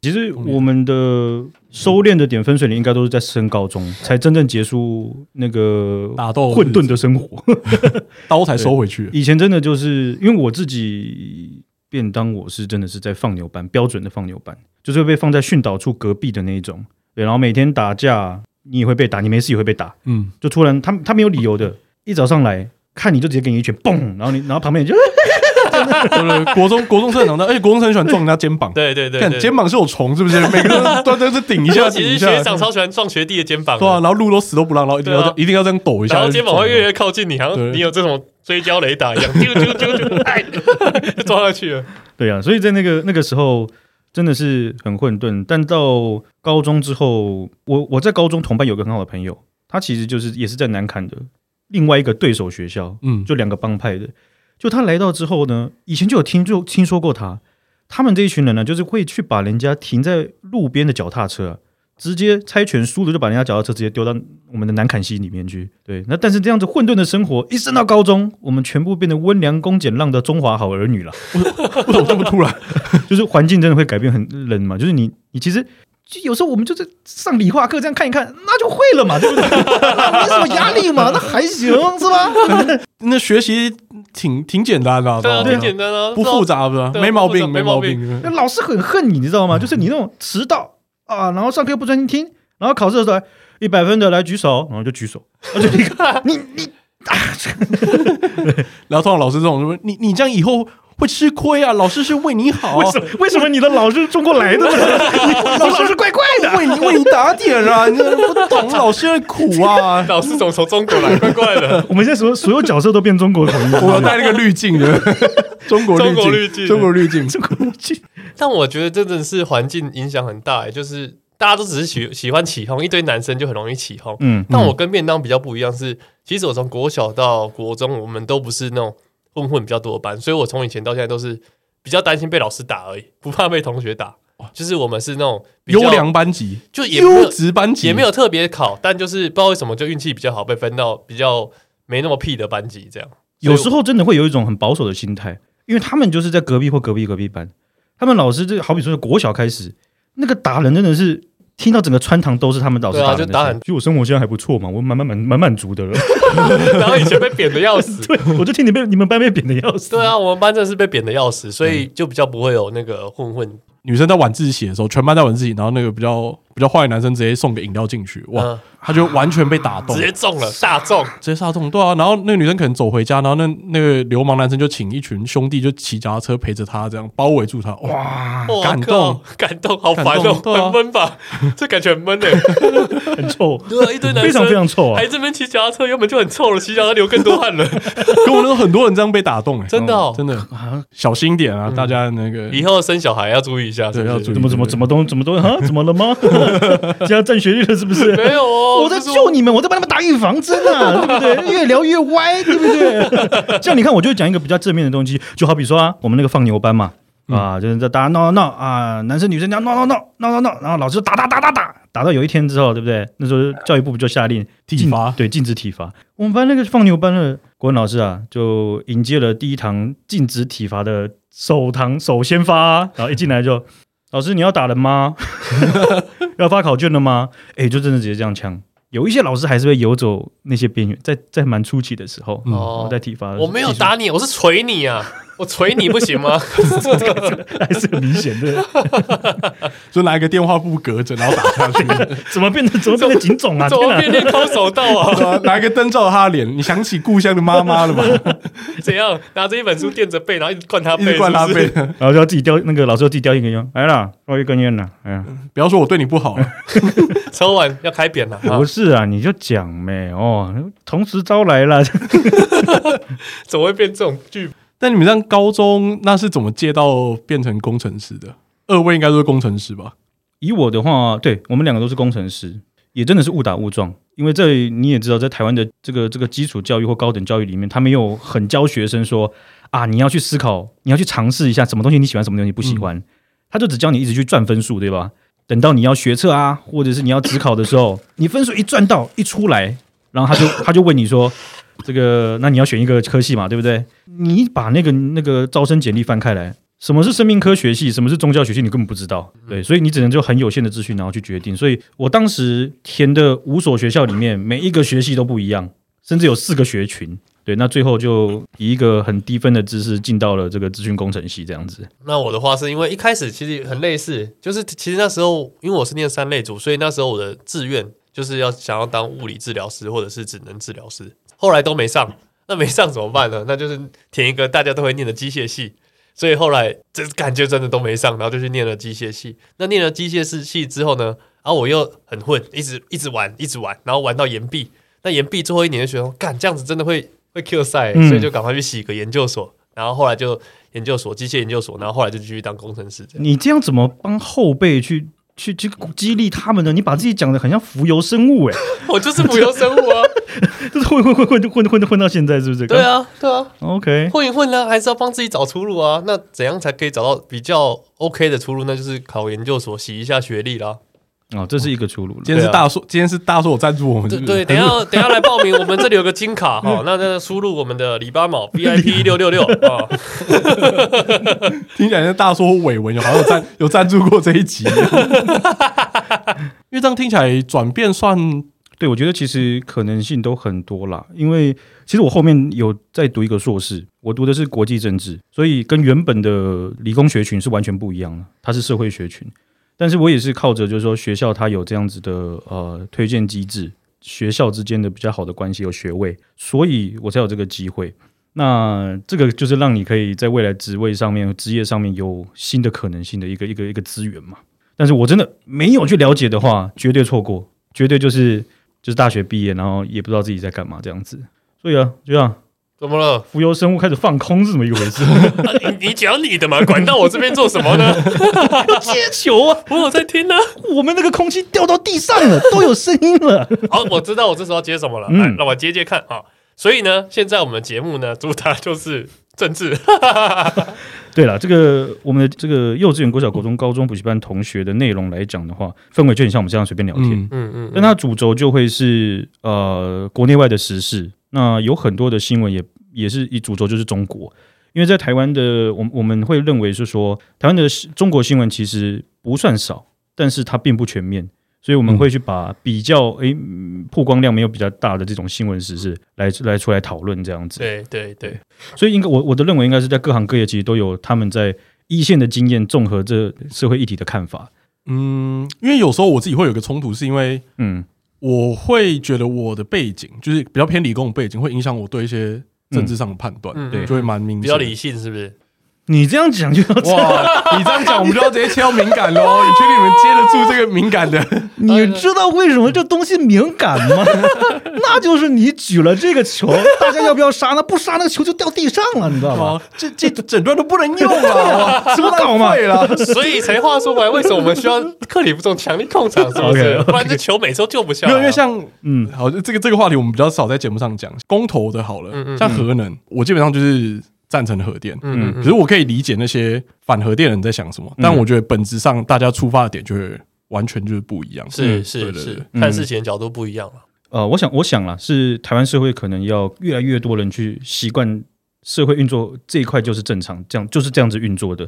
C: 其实我们的收敛的点分水岭应该都是在升高中才真正结束那个
A: 打斗
C: 混沌的生活。
A: 刀才收回去。
C: 以前真的就是因为我自己便当，我是真的是在放牛班，标准的放牛班，就是会被放在训导处隔壁的那一种。对，然后每天打架，你也会被打，你没事也会被打，
A: 嗯，
C: 就突然他他没有理由的，一早上来看你就直接给你一拳，嘣，然后你然后旁边人就
A: *laughs* 对不对？国中国中生很
D: *laughs*
A: 常的，而且国中生很喜欢撞人家肩膀，
D: 对对对
A: 看
D: 对，
A: 肩膀是有虫是不
D: *laughs*
A: 是？每个人都都是顶一
D: 尤
A: 下，
D: *laughs* 其
A: 顶一
D: 是
A: 下。
D: 学长超喜欢撞学弟的肩膀的，
A: 对
D: 啊
A: 啊，然后路都死都不让，然后一定要这样一定要这样抖一下，
D: 然后肩膀会越来
A: 越
D: 越靠近你，好
A: 对
D: 像你有这种追焦雷达一
A: *laughs*
D: 样，啾啾啾啾，哎， *laughs* 就撞上去了。
C: 对啊，所以在那个那个时候真的是很混沌。但到高中之后，我我在高中同班有个很好的朋友，他其实就是也是在南坎的另外一个对手学校，
A: 嗯，
C: 就两个帮派的。就他来到之后呢，以前就有听就听说过他，他们这一群人呢，就是会去把人家停在路边的脚踏车啊、直接猜拳输了就把人家脚踏车直接丢到我们的南坎溪里面去。对，那但是这样子混沌的生活，一升到高中，我们全部变得温良恭俭让的中华好儿女了。
A: 为什么这么突然？
D: *laughs*
C: 就是环境真的会改变很人嘛，就是你你其实。就有时候我们就是上理化课这样看一看，那就会了嘛，对不对？没什么压力嘛，那还行是吧？
A: 那学习挺挺简单的啊，
D: 对啊，
A: 吧
D: 挺简单啊，
A: 不复杂，不是
D: 对
A: 没毛病，
D: 不复杂
A: 没
D: 没
A: 毛
D: 毛。
A: 病。
C: 那老师很恨你，你知道吗？就是你那种迟到啊，然后上课不专心听，然后考试的时候哎一百分的来举手，然后就举手，而且你看你你
A: 然后通常老师这种说，你你这样以后会吃亏啊，老师是为你好啊
C: 为，什么为什么你的老师是中国来
A: *laughs*
C: 的呢？你老师是怪怪的，
A: 为你为你打点啊，你这不懂老师的苦啊
D: *laughs* 老师总从中国来，怪怪的。
C: 我们现在所有所有角色都变中国人了，
A: 我带那个滤镜的， *laughs* 中国
D: 中国
A: 滤
D: 滤
A: 镜，
D: 镜
A: 中国滤镜，
C: 中国人去
D: 但我觉得真的是环境影响很大、欸，就是大家都只是喜喜欢起哄，一堆男生就很容易起哄。
C: 嗯
D: 但我跟便当比较不一样是，其实我从国小到国中，我们都不是那种混混比较多的班，所以我从以前到现在都是比较担心被老师打而已，不怕被同学打。就是我们是那种比较
A: 优良，班级，
D: 就也没
A: 优
D: 有
A: 质班级
D: 也没有特别考，但就是不知道为什么就运气比较好，被分到比较没那么屁的班级这样。 *laughs*
C: 有时候真的会有一种很保守的心态，因为他们就是在隔壁或隔壁隔壁班，他们老师这好比说是国小开始，那个打人真的是听到整个穿堂都是他们老师
D: 对啊
C: 打的
D: 就
C: 那
D: 打
C: 些
D: 很
C: 其实我生活现在还不错嘛，我蛮蛮蛮蛮满足的
D: *laughs*
C: 了。
D: 然后以前被扁的要
A: *laughs*
D: 死。
C: 对，我就听你被你们班被贬的要死。
D: 对啊，我们班真的是被扁的要死，所
A: 嗯
D: 以就比较不会有那个混混。
A: 女生在晚自习的时候，全班在晚自习，然后那个比较比较坏的男生直接送个饮料进去，哇，
D: 嗯
A: 他就完全被打动，
D: 直接中了，大中。
A: 直接杀中，对啊。然后那个女生可能走回家，然后那那个流氓男生就请一群兄弟就骑脚踏车陪着她，这样包围住她，哇，
D: 哇
A: 感动
D: 靠，感动，好烦
A: 感
D: 哦
A: 动，对啊
D: 很闷吧？ *laughs* 这感觉很闷哎。
C: 很臭，
D: 对啊，一堆男生
C: 非常非常臭啊
D: 还！这边骑脚踏车，原本就很臭了，骑脚踏车流更多汗
A: *laughs*
D: 了，
A: 跟我们有很多人这样被打动、欸，
D: 真的哦。嗯
A: 真的小心一点啊，大家那个
D: 以后生小孩要注意一下，是
A: 对
D: 不是
A: 要注意，
C: 怎么怎么怎么都怎么都啊？怎么了吗？ *laughs* 现在占学历了是不是？
D: 没有哦，
C: 我在
D: 就是
C: 救你们，我在帮他们打预防针啊，对不对？越聊越歪，对不对？这样你看，我就讲一个比较正面的东西，就好比说啊，我们那个放牛班嘛，啊，就是在大家闹闹闹啊，男生女生这样闹闹闹闹闹闹，然后老师就打打打打打，打到有一天之后，对不对？那时候教育部不就下令
A: 体
C: 禁
A: 罚
C: 对，禁止体罚。我们班那个放牛班的国文老师啊，就迎接了第一堂禁止体罚的首堂首先发啊、然后一进来就。老师，你要打人吗？ *laughs* 要发考卷了吗？哎、就真的直接这样呛。有一些老师还是会游走那些边缘，在在蛮初期的时候，
A: 嗯
C: 我
D: 哦
C: 在，体罚的时候，
D: 我没有打你，我是捶你啊，我捶你不
A: *laughs*
D: 行吗？
C: 技术，还是很明显
D: *laughs*
C: 的。
A: 就拿一个电话簿隔着，然后打下
D: *laughs*
A: 去，
C: 怎么变得怎么变得警总啊？
D: 怎
C: 天
D: 么
C: 哪！
D: 变练空手道啊？ *laughs*
A: 对啊拿一个灯照着他的脸，你想起故乡的妈妈了吧？
D: 怎样拿着一本书垫着背，然后一直灌 *laughs* 他
A: 一
D: 背，
A: 直灌他
D: 是不是
A: 背，
C: 然后就要自己叼那个老师要自己叼一根烟，哎啦，我一根烟啦，哎呀，
A: 不要说我对你不好啊，
D: *laughs* 抽完要开扁了啊
C: 不！是啊，你就讲呗，哦，同时招来啦，
D: 怎么会变这种剧？
A: 但你们上高中那是怎么借到变成工程师的？二位应该都是工程师吧？
C: 以我的话，对我们两个都是工程师，也真的是误打误撞。因为这里你也知道，在台湾的这个这个基础教育或高等教育里面，他没有很教学生说啊，你要去思考，你要去尝试一下什么东西你喜欢，什么东西你不喜欢。他就只教你一直去赚分数，对吧？等到你要学测啊，或者是你要职考的时候，你分数一赚到一出来，然后他就 *laughs* 他就问你说，这个那你要选一个科系嘛，对不对？你把那个那个招生简历翻开来，什么是生命科学系，什么是宗教学系，你根本不知道，
D: 嗯
C: 对，所以你只能就很有限的资讯，然后去决定。所以我当时填的五所学校里面，每一个学系都不一样，甚至有四个学群。对，那最后就以一个很低分的知识进到了这个资讯工程系这样子。
D: 那我的话是因为一开始其实很类似，就是其实那时候因为我是念三类组，所以那时候我的志愿就是要想要当物理治疗师或者是职能治疗师，后来都没上，那没上怎么办呢？那就是填一个大家都会念的机械系，所以后来这感觉真的都没上，然后就去念了机械系。那念了机械系系之后呢，然后我又很混，一直一直玩，一直玩，然后玩到研毕。那研毕最后一年就觉得，干这样子真的会会 Q 赛、
C: 嗯
D: 所以就赶快去洗个研究所。然后后来就研究所，机械研究所，然后后来就继续当工程师这样。
C: 你这样怎么帮后辈去去去激励他们呢？你把自己讲的很像浮游生 *laughs* 物、欸，
D: *laughs* 我就是浮游生物啊，
C: 就是混混混混混混混到现在，是不是？
D: *laughs* 对啊，对啊，
C: ，OK，
D: 混一混呢，还是要帮自己找出路啊。那怎样才可以找到比较 OK 的出路？那就是考研究所，洗一下学历啦。
C: 哦，这是一个出路了。
A: 今天是大硕，今天是大硕赞助我们，是
D: 对
A: 不是
D: 啊对，等一下等一下来报名，我们这里有个金卡哈、那那输入我们的李八毛 VIP 六六六 *laughs* 啊，
A: 听起来像大说伟文，有好像有赞 *laughs* 有赞助过这一集， *laughs* 因为这样听起来转变算
C: 对，我觉得其实可能性都很多啦，因为其实我后面有在读一个硕士，我读的是国际政治，所以跟原本的理工学群是完全不一样的，它是社会学群。但是我也是靠着就是说学校它有这样子的呃推荐机制，学校之间的比较好的关系有学位，所以我才有这个机会。那这个就是让你可以在未来职位上面、职业上面有新的可能性的一个一个一个资源嘛。但是我真的没有去了解的话，绝对错过，绝对就是就是大学毕业，然后也不知道自己在干嘛这样子。所以啊，就这样，
D: 怎么了？
C: 浮游生物开始放空是怎么一回事？
D: 啊你你讲你的嘛，管到我这边做什么呢？
C: 接球啊！
D: *laughs* 我有在听呢、
C: 我们那个空气掉到地上了，都有声音了。 *laughs*
D: 好，我知道我这时候要接什么了，
C: 嗯
D: 来，让我接接看啊。所以呢，现在我们节目呢，主打就是政治，
C: 对了，这个我们的这个幼稚园、国小、国中、高中补习班同学的内容来讲的话，氛围就很像我们这样随便聊天。
A: 嗯
D: 嗯嗯
C: 但它主轴就会是呃国内外的时事，那有很多的新闻也也是以主轴就是中国，因为在台湾的我们我们会认为是说台湾的中国新闻其实不算少，但是它并不全面。所以我们
E: 嗯
C: 会去把比较诶、嗯曝光量没有比较大的这种新闻时事来来出来讨论这样子。
D: *laughs* 对对对，
C: 所以应该我我的认为应该是在各行各业其实都有他们在一线的经验，综合这社会议题的看法。
A: 嗯，因为有时候我自己会有一个冲突，是因为
C: 嗯
A: 我会觉得我的背景就是比较偏理工的背景，会影响我对一些政治上的判断，
D: 嗯
A: 对，就会蛮明显。
D: 比较理性是不是？
C: 你这样讲就要
A: 哇，你这样讲，我们就要直接切到敏感喽。你确定你们接得住这个敏感的？
E: 你知道为什么这东西敏感
C: *laughs*
E: 吗？那就是你举了这个球，大家要不要杀？那不杀，那个球就掉地上了，你知道吗？
A: 哦这这诊断都不能用啊
D: *laughs* 啊
A: 了，哇
E: 什么搞嘛
A: 哦浪费了。
D: 所以才话说回来，为什么我们需要克里夫这种强力控场？是不是？
C: OK，OK
D: 不然这球每周救不下
A: 没
D: 来啊。
A: 有，因为像
C: 嗯
A: 好，这个这个话题我们比较少在节目上讲。公投的好了，
D: 嗯嗯
A: 像核能，我基本上就是赞成核电。
D: 嗯
A: 可是我可以理解那些反核电的人在想什
C: 嗯
A: 么，但我觉得本质上大家出发的点就会完全就是不一样。
C: 嗯
D: 是
A: 嗯对
D: 是
A: 对
D: 是
A: 对，
D: 看事情的角度不一样了。
C: 呃，我想我想啦，是台湾社会可能要越来越多人去习惯社会运作这一块就是正常，这样就是这样子运作的。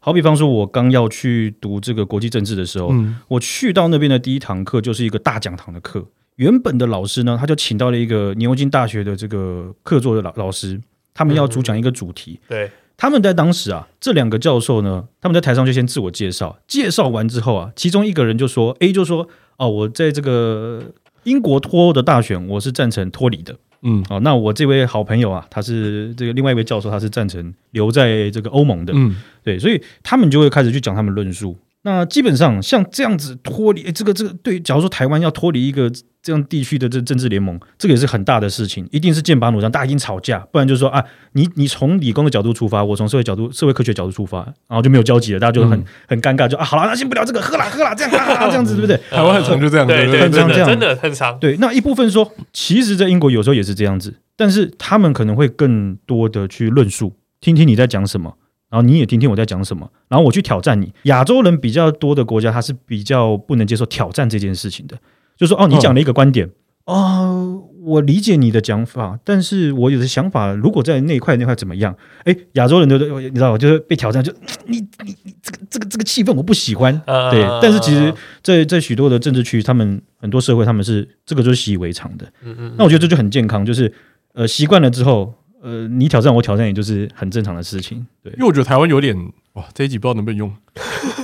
C: 好比方说，我刚要去读这个国际政治的时候，
A: 嗯
C: 我去到那边的第一堂课就是一个大讲堂的课。原本的老师呢，他就请到了一个牛津大学的这个客座的老老师，他们要主讲一个主题。
D: 对，
C: 他们在当时啊，这两个教授呢，他们在台上就先自我介绍，介绍完之后啊，其中一个人就说，A 就说，哦，我在这个英国脱欧的大选，我是赞成脱离的。
A: 嗯
C: 哦，那我这位好朋友啊，他是这个另外一位教授，他是赞成留在这个欧盟的。
A: 嗯，
C: 对，所以他们就会开始去讲他们论述。那基本上像这样子脱离诶这个这个对，假如说台湾要脱离一个这样地区的这政治联盟，这个也是很大的事情，一定是剑拔弩张，大家已经吵架，不然就是说啊，你你从理工的角度出发，我从社会角度、社会科学角度出发，然后就没有交集了，大家就很、
A: 嗯
C: 很尴尬，就啊，好了，那先不聊这个，喝啦喝啦，这样啊啊这样子对不对？
A: 台湾很常就这样，
D: 对
A: 不
D: 对，
C: 很
D: 真
C: 常
D: 的
C: 这样
D: 真的很长。
C: 对，那一部分说，其实，在英国有时候也是这样子，但是他们可能会更多的去论述，听听你在讲什么，然后你也听听我在讲什么，然后我去挑战你。亚洲人比较多的国家，他是比较不能接受挑战这件事情的，就说哦，你讲了一个观点，哦，我理解你的讲法，但是我有的想法，如果在那一块那块怎么样？哎，亚洲人都你知道，就是被挑战，就你你你这个这个这个气氛我不喜欢，
D: 呃
C: 对，但是其实在在许多的政治区，他们很多社会，他们是这个就是习以为常的。
D: 嗯嗯
C: 那我觉得这就很健康，就是呃习惯了之后，呃你挑战我挑战，也就是很正常的事情。对
A: 因，为我觉得台湾有点哇，这一集不知道能不能
D: *laughs*
A: 用，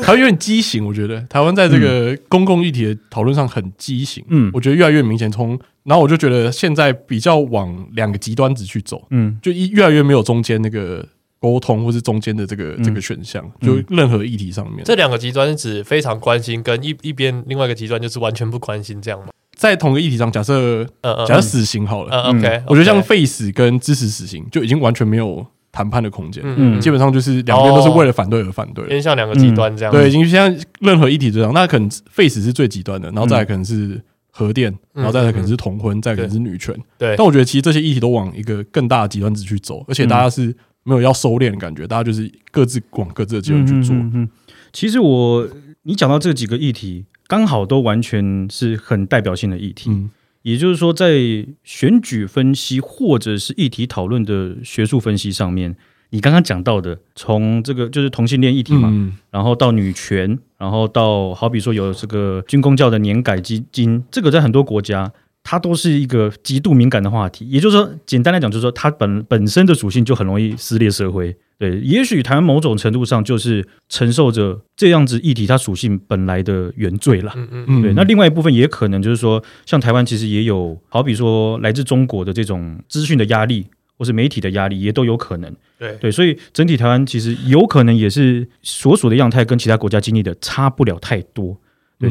A: 台湾有点畸形。我觉得台湾在这个公共议题的讨论上很畸形，
C: 嗯
A: 我觉得越来越明显。从然后我就觉得现在比较往两个极端值去走，
C: 嗯
A: 就一越来越没有中间那个沟通，或是中间的这个、
C: 嗯
A: 这个选项，就任何议题上面，
D: 这两个极端是指非常关心，跟一一边另外一个极端就是完全不关心这样嘛？
A: 在同个议题上，假设
D: 嗯嗯
A: 假设死刑好了，
D: 嗯，OK，
A: 我觉得像废死跟支持死刑就已经完全没有谈判的空间，
D: 嗯哦
A: 基本上就是两边都是为了反对而反对了。
D: 偏向两个极端这样。
A: 嗯对，已经像任何议题这样，那可能 face 是最极端的，然后再来可能是核电，然后再来可能是同婚，再来可能是女权。
D: 嗯对
A: 但我觉得其实这些议题都往一个更大的极端值去走，而且大家是没有要收敛的感觉，大家就是各自往各自的极端去做。
C: 嗯嗯嗯其实我你讲到这几个议题，刚好都完全是很代表性的议题。
A: 嗯
C: 也就是说，在选举分析或者是议题讨论的学术分析上面，你刚刚讲到的，从这个就是同性恋议题嘛，
A: 嗯，
C: 然后到女权，然后到好比说有这个军工教的年改基金，这个在很多国家它都是一个极度敏感的话题。也就是说，简单来讲，就是说它本本身的属性就很容易撕裂社会。对，也许台湾某种程度上就是承受着这样子议题它属性本来的原罪啦。
D: 嗯嗯，
A: 嗯
C: 对，那另外一部分也可能就是说，像台湾其实也有，好比说来自中国的这种资讯的压力，或是媒体的压力，也都有可能。
D: 对
C: 对，所以整体台湾其实有可能也是所属的样态跟其他国家经历的差不了太多。对，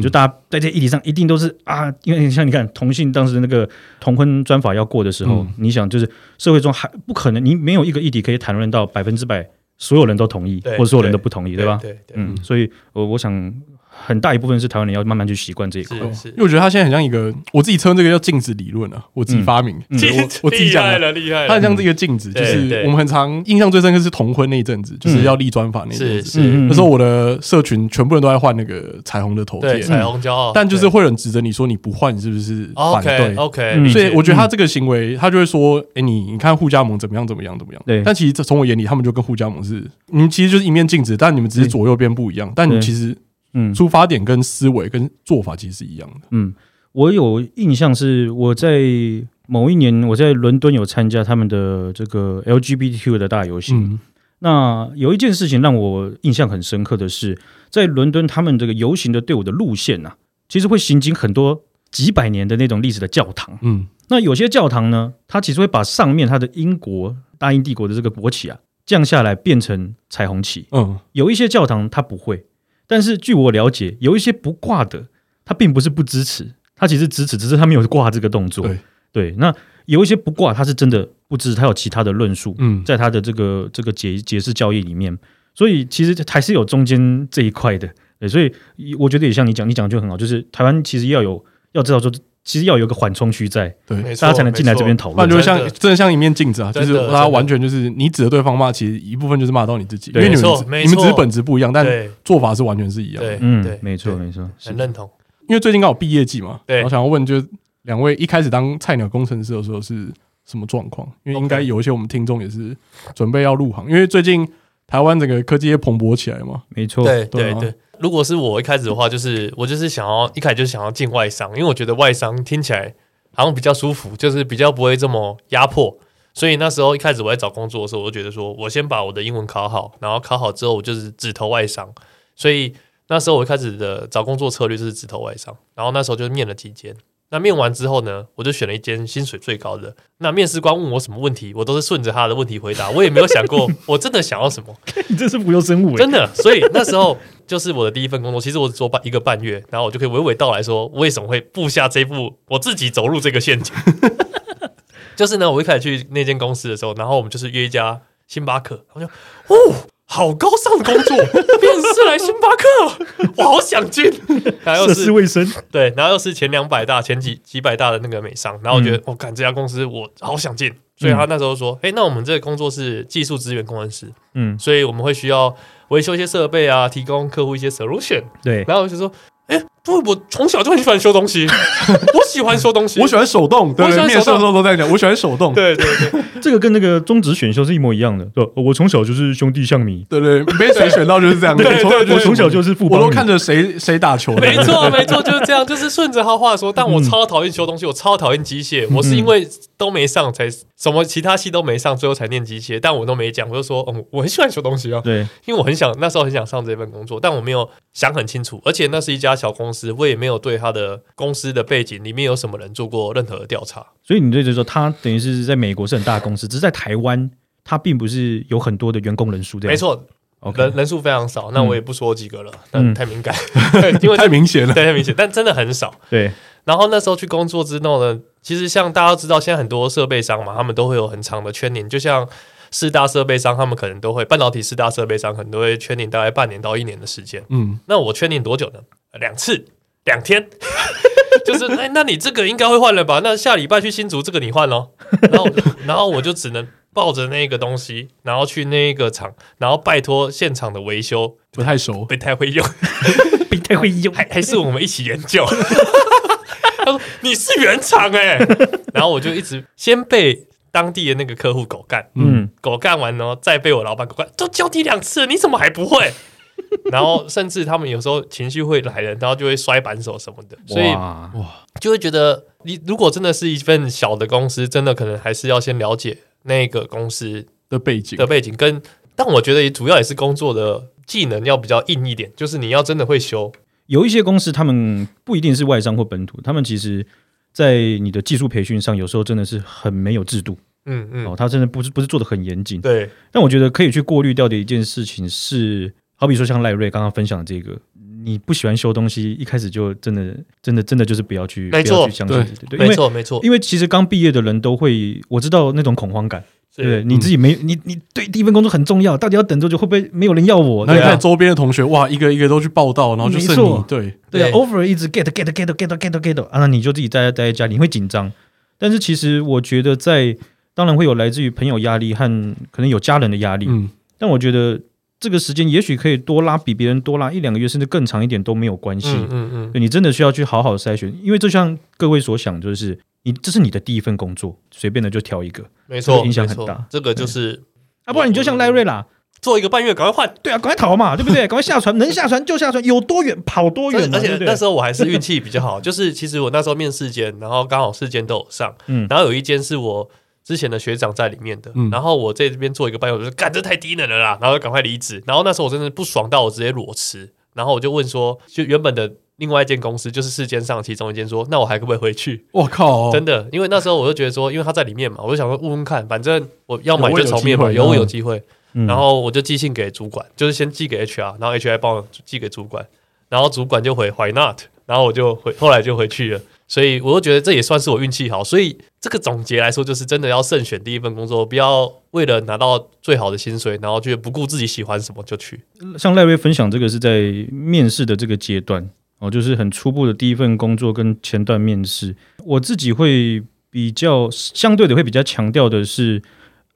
A: 嗯
C: 就大家在这议题上一定都是啊，因为像你看同性当时那个同婚专法要过的时候，
A: 嗯
C: 你想就是社会中还不可能，你没有一个议题可以谈论到百分之百所有人都同意，
D: 对
C: 或者所有人都不同意，对吧？
D: 对对，
C: 嗯，所以我我想很大一部分是台湾人要慢慢去习惯这一块。
D: 是是
A: 哦因。为我觉得它现在很像一个，我自己称这个叫镜子理论啊，我自己发明，
C: 嗯
A: 对我我自己
D: 厉
A: 讲
D: 害
A: 的。
D: 了，厉害
A: 它很
D: 了！
A: 像这个镜子，就
D: 对
A: 是
D: 对
A: 我们很常印象最深刻是同婚那一阵子，就是
C: 嗯
A: 要立专法那一阵
D: 是
A: 子。
D: 是，
A: 那时候我的社群全部人都在换那个彩虹的头
D: 对，
A: 贴，
D: 彩虹骄傲，
A: 但就是会有人指责你说你不换，你是不是反
D: OK
A: 对？
D: OK，
C: 嗯
A: 所以我觉得他这个行为，他就会说：“哎，你你看互加盟怎么样怎么样怎么样？”
C: 对
A: 但其实从我眼里，他们就跟互加盟是，你们其实就是一面镜子，但你们只是左右边不一样，但你
C: 对
A: 其实
C: 嗯
A: 出发点跟思维跟做法其实是一样的。
C: 嗯，我有印象是我在某一年我在伦敦有参加他们的这个 LGBTQ 的大游行，
A: 嗯
C: 那有一件事情让我印象很深刻的是，在伦敦他们这个游行的队伍的路线呐、其实会行经很多几百年的那种历史的教堂。
A: 嗯
C: 那有些教堂呢，它其实会把上面它的英国大英帝国的这个国旗啊降下来变成彩虹旗，
A: 嗯，
C: 有一些教堂它不会，但是据我了解，有一些不挂的，它并不是不支持，它其实支持，只是它没有挂这个动作。
A: 对
C: 对，那有一些不挂，它是真的不支持，它有其他的论述。
A: 嗯，
C: 在他的这个这个解解释教义里面，所以其实还是有中间这一块的。对，所以我觉得也像你讲，你讲的就很好，就是台湾其实要有要知道说，其实要有一个缓冲区在，
A: 对，
D: 没错
C: 大家才能进来这边
D: 没错
C: 讨
A: 不然就。
C: 论
A: 会
D: 真
A: 像
D: 的
A: 真的像一面镜子啊，就是
D: 真的
A: 大家完全就是你指的对方骂，其实一部分就是骂到你自己，因
C: 对
A: 为你们
D: 没错
A: 只
D: 没
A: 你们只是
D: 错
A: 本质不一样，但
D: 对
A: 做法是完全是一样的。
D: 对，
C: 嗯
D: 对，
C: 没错，
D: 对
C: 没错，是
D: 很认同。
A: 因为最近刚好毕业季嘛，
D: 对
A: 我想要问，就是两位一开始当菜鸟工程师的时候是什么状况？因为应该
D: OK
A: 有一些我们听众也是准备要入行，因为最近台湾整个科技业蓬勃起来嘛，
C: 没错，
D: 对
A: 对
D: 对
A: 啊
D: 对。如果是我一开始的话，就是我就是想要一开始就想要进外商，因为我觉得外商听起来好像比较舒服，就是比较不会这么压迫。所以那时候一开始我在找工作的时候，我就觉得说我先把我的英文考好，然后考好之后我就是只投外商。所以那时候我一开始的找工作策略就是只投外商，然后那时候就面了几间。那面完之后呢，我就选了一间薪水最高的。那面试官问我什么问题，我都是顺着他的问题回答，我也没有想过 *laughs* 我真的想要什么。
C: *laughs* 你真是无忧生物
D: 真的。所以那时候就是我的第一份工作，其实我只做半一个半月，然后我就可以娓娓道来说为什么会布下这一步，我自己走入这个陷阱。 *laughs* 就是呢，我一开始去那间公司的时候，然后我们就是约一家星巴克，我就哦。好高尚的工作，面试来星巴克，我好想进。然后又
C: 涉
D: 是
C: 世未深，
D: 对，然后又是前两百大、前几几百大的那个美商，然后我觉得，我、看、这家公司我好想进，所以他那时候说，哎、那我们这个工作是技术资源工程师，
C: 嗯，
D: 所以我们会需要维修一些设备啊，提供客户一些 solution。
C: 对，
D: 然后我就说，哎、不，我从小就很喜欢修
A: *laughs*
D: 东西，我喜欢修东西，
A: 我喜欢手动，对
D: 我喜欢
A: 面试
D: 手
A: 的
D: 动
A: 时候都在讲，我喜欢手动，对
D: 对对对，
C: *laughs* 这个跟那个中职选秀是一模一样的。对，我从小就是兄弟像你，
A: 对对，被谁选到就是这样，
C: 对
A: 从
D: 对对
A: 我
C: 我从小就是富
A: 我
C: 邦
A: 都
C: 女
A: 看着谁谁打球的，
D: 没错没错，就是这样，就是顺着他
A: 嗯
D: 话说。但我超讨厌修东西，我超讨厌机械，我是因为都没上才什么其他系都没上，最后才念机械，但我都没讲，我就说，嗯，我很喜欢修东西啊，
C: 对，
D: 因为我很想那时候很想上这份工作，但我没有想很清楚，而且那是一家小公司，我也没有对他的公司的背景里面有什么人做过任何的调查。
C: 所以你就是说，他等于是在美国是很大的公司，只是在台湾，它并不是有很多的员工人数这样。
D: 没错，
C: ，OK，
D: 人人数非常少，那我也不说几个了，但
C: 嗯
D: 太敏感，因为
A: 太明显了，
D: *laughs* 对太明显，但真的很少。
C: 对，
D: 然后那时候去工作之后呢，其实像大家都知道，现在很多设备商嘛，他们都会有很长的圈年，就像四大设备商，他们可能都会半导体四大设备商可能都会圈年大概半年到一年的时间。
A: 嗯，
D: 那我圈年多久呢？呃两次，两天。 *laughs* 就是哎，那你这个应该会换了吧？那下礼拜去新竹，这个你换咯。然后，然后我就只能抱着那个东西，然后去那个厂，然后拜托现场的维修
A: 不太熟，
D: 不太会用，
C: 不太会用
D: 还还是我们一起研究。 *laughs* 他说你是原厂哎、然后我就一直先被当地的那个客户狗干，
C: 嗯，
D: 狗干完呢，再被我老板狗干，都教你两次了，你怎么还
C: *laughs*
D: 不会？然后甚至他们有时候情绪会来了，然后就会摔扳手什么的，所以
C: 哇
D: 就会觉得你如果真的是一份小的公司，真的可能还是要先了解那个公司
A: 的背景
D: 的，背景跟，但我觉得也主要也是工作的技能要比较硬一点，就是你要真的会修，
C: 有一些公司他们不一定是外商或本土，他们其实。在你的技术培训上，有时候真的是很没有制度、
D: 嗯嗯
C: 哦，，他真的不是不是做的很严谨。
D: 对，
C: 但我觉得可以去过滤掉的一件事情是，好比说像赖瑞刚刚分享的这个，你不喜欢修东西，一开始就真的真的真的就是不要去，
D: 没错
C: 不要去相信
A: 对
C: 这些对，因
D: 没
C: 为
D: 错没错，
C: 因为其实刚毕业的人都会，我知道那种恐慌感，对不对，
D: 是
C: 你自己没你你对第一份工作很重要，到底要等多久？会不会没有人要我？
A: 那
C: 对
A: 你
C: 啊
A: 看周边的同学，哇，一个一个都去报道，然后就剩你
C: 没错，
A: 对，
C: 对啊
D: 对
C: ，offer 一直 get get get get get get 啊，那你就自己待待在家里，你会紧张。但是其实我觉得在，当然会有来自于朋友压力和可能有家人的压力，
A: 嗯，
C: 但我觉得这个时间也许可以多拉，比别人多拉一两个月，甚至更长一点都没有关系。
D: 嗯嗯嗯，
C: 对你真的需要去好好筛选，因为就像各位所想，就是你这是你的第一份工作，随便的就挑一个，
D: 没错，
C: 影响
D: 没
C: 很
D: 错
C: 大
D: 这个就是
C: 啊，不然你就像赖瑞啦，
D: 做一个半月，赶快换。
E: 对啊，赶快逃嘛，对不对？赶快下船，能下船就下船，有多远跑多
D: 而
E: 远嘛，
D: 而且
E: 对不
D: 那
E: 对
D: 时候我还是运气比较 *laughs* 好，就是其实我那时候面试间，然后刚好四间都有上，
E: 嗯
D: 然后有一间是我之前的学长在里面的，
A: 嗯
D: 然后我在这边做一个班友，我就说干这太低能了啦，然后就赶快离职，然后那时候我真的不爽到我直接裸辞，然后我就问说，就原本的另外一间公司就是四间上其中一间说，那我还可不可以回去？
A: 我靠，哦
D: 真的，因为那时候我就觉得说，因为他在里面嘛，我就想说问问看，反正我要买
A: 有
D: 就
A: 问
D: 炒
A: 有机
D: 面嘛，
A: 会
D: 有我
A: 嗯
D: 有机会。
E: 嗯
D: 然后我就寄信给主管，就是先寄给 HR，然后 HR 帮我寄给主管，然后主管就回 Why not？然后我就回，后来就回去了。所以我就觉得这也算是我运气好。所以这个总结来说，就是真的要慎选第一份工作，不要为了拿到最好的薪水，然后就不顾自己喜欢什么就去。
C: 像赖瑞分享这个是在面试的这个阶段哦，就是很初步的第一份工作跟前段面试，我自己会比较相对的会比较强调的是，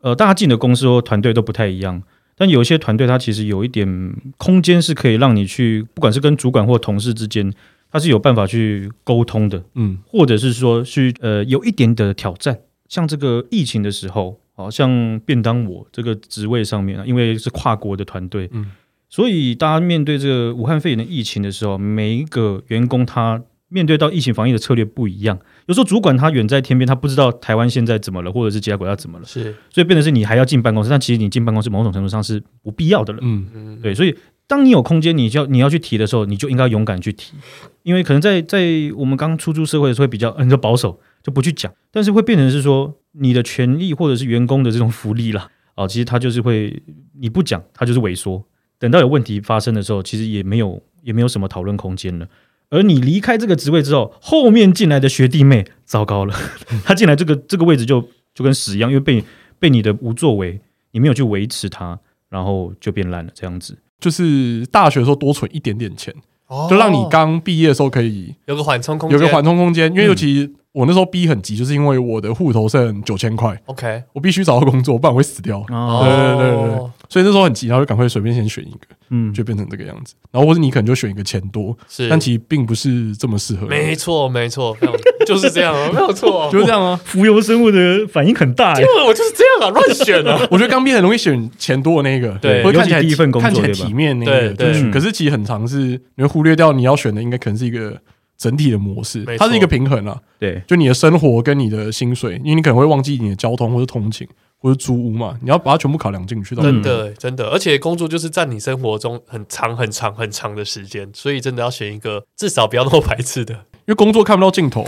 C: 呃，大家进的公司或团队都不太一样，但有一些团队它其实有一点空间是可以让你去，不管是跟主管或同事之间，它是有办法去沟通的，
A: 嗯，
C: 或者是说去呃有一点的挑战，像这个疫情的时候，好像便当我这个职位上面，啊因为是跨国的团队，
A: 嗯，
C: 所以大家面对这个武汉肺炎的疫情的时候，每一个员工他面对到疫情防疫的策略不一样，有时候主管他远在天边，他不知道台湾现在怎么了，或者是其他国家怎么了，
D: 是，
C: 所以变成是你还要进办公室，但其实你进办公室某种程度上是不必要的了。
A: 嗯，
D: 嗯，
C: 对，所以当你有空间，你就要你要去提的时候，你就应该勇敢去提，因为可能在在我们刚出租社会的时候会比较，呃你就保守，就不去讲，但是会变成是说你的权益或者是员工的这种福利啦，啊、其实它就是会你不讲，它就是萎缩，等到有问题发生的时候，其实也没有也没有什么讨论空间了。而你离开这个职位之后，后面进来的学弟妹，糟糕了， *laughs* 他进来这个这个位置就就跟屎一样，因为被被你的无作为，你没有去维持它，然后就变烂了这样子。
A: 就是大学的时候多存一点点钱，哦
D: 哦
A: 就让你刚毕业的时候可以
D: 有个缓冲空
A: 有
D: 间，
A: 个缓冲空间。因
D: 嗯
A: 为尤其我那时候逼很急，就是因为我的户头剩九千块，
D: OK，
A: 我必须找到工作，不然我会死掉。
C: 哦，
A: 对对对
D: 哦，
A: 所以那时候很急，然后就赶快随便先选一个，
C: 嗯，
A: 就变成这个样子。然后或者你可能就选一个钱多，
D: 是，
A: 但其实并不是这么适合。
D: *laughs* 没错没错，没有 *laughs* 就是这样啊，没有 *laughs* 错，
A: 就是这样啊，
C: 浮游生物的反应很大耶
D: 因，为我就是这样啊，乱选啊。
A: 我觉得刚毕业很容易选钱多的那个，
D: 对
A: 会看起来
C: 尤其第一份工作
A: 看起来
C: 对吧
A: 体面那个，
D: 对对
A: 就是
C: 嗯
A: 可是其实很常是你会忽略掉你要选的，应该可能是一个整体的模式
D: 没，错
A: 它是一个平衡啊，
C: 对，
A: 就你的生活跟你的薪水，因为你可能会忘记你的交通或者通勤或者租屋嘛，你要把它全部考量进去到底。
D: 真的、真的，而且工作就是占你生活中很长、很长、很长的时间，所以真的要选一个至少不要那么排斥的。
A: 因为工作看不到尽头。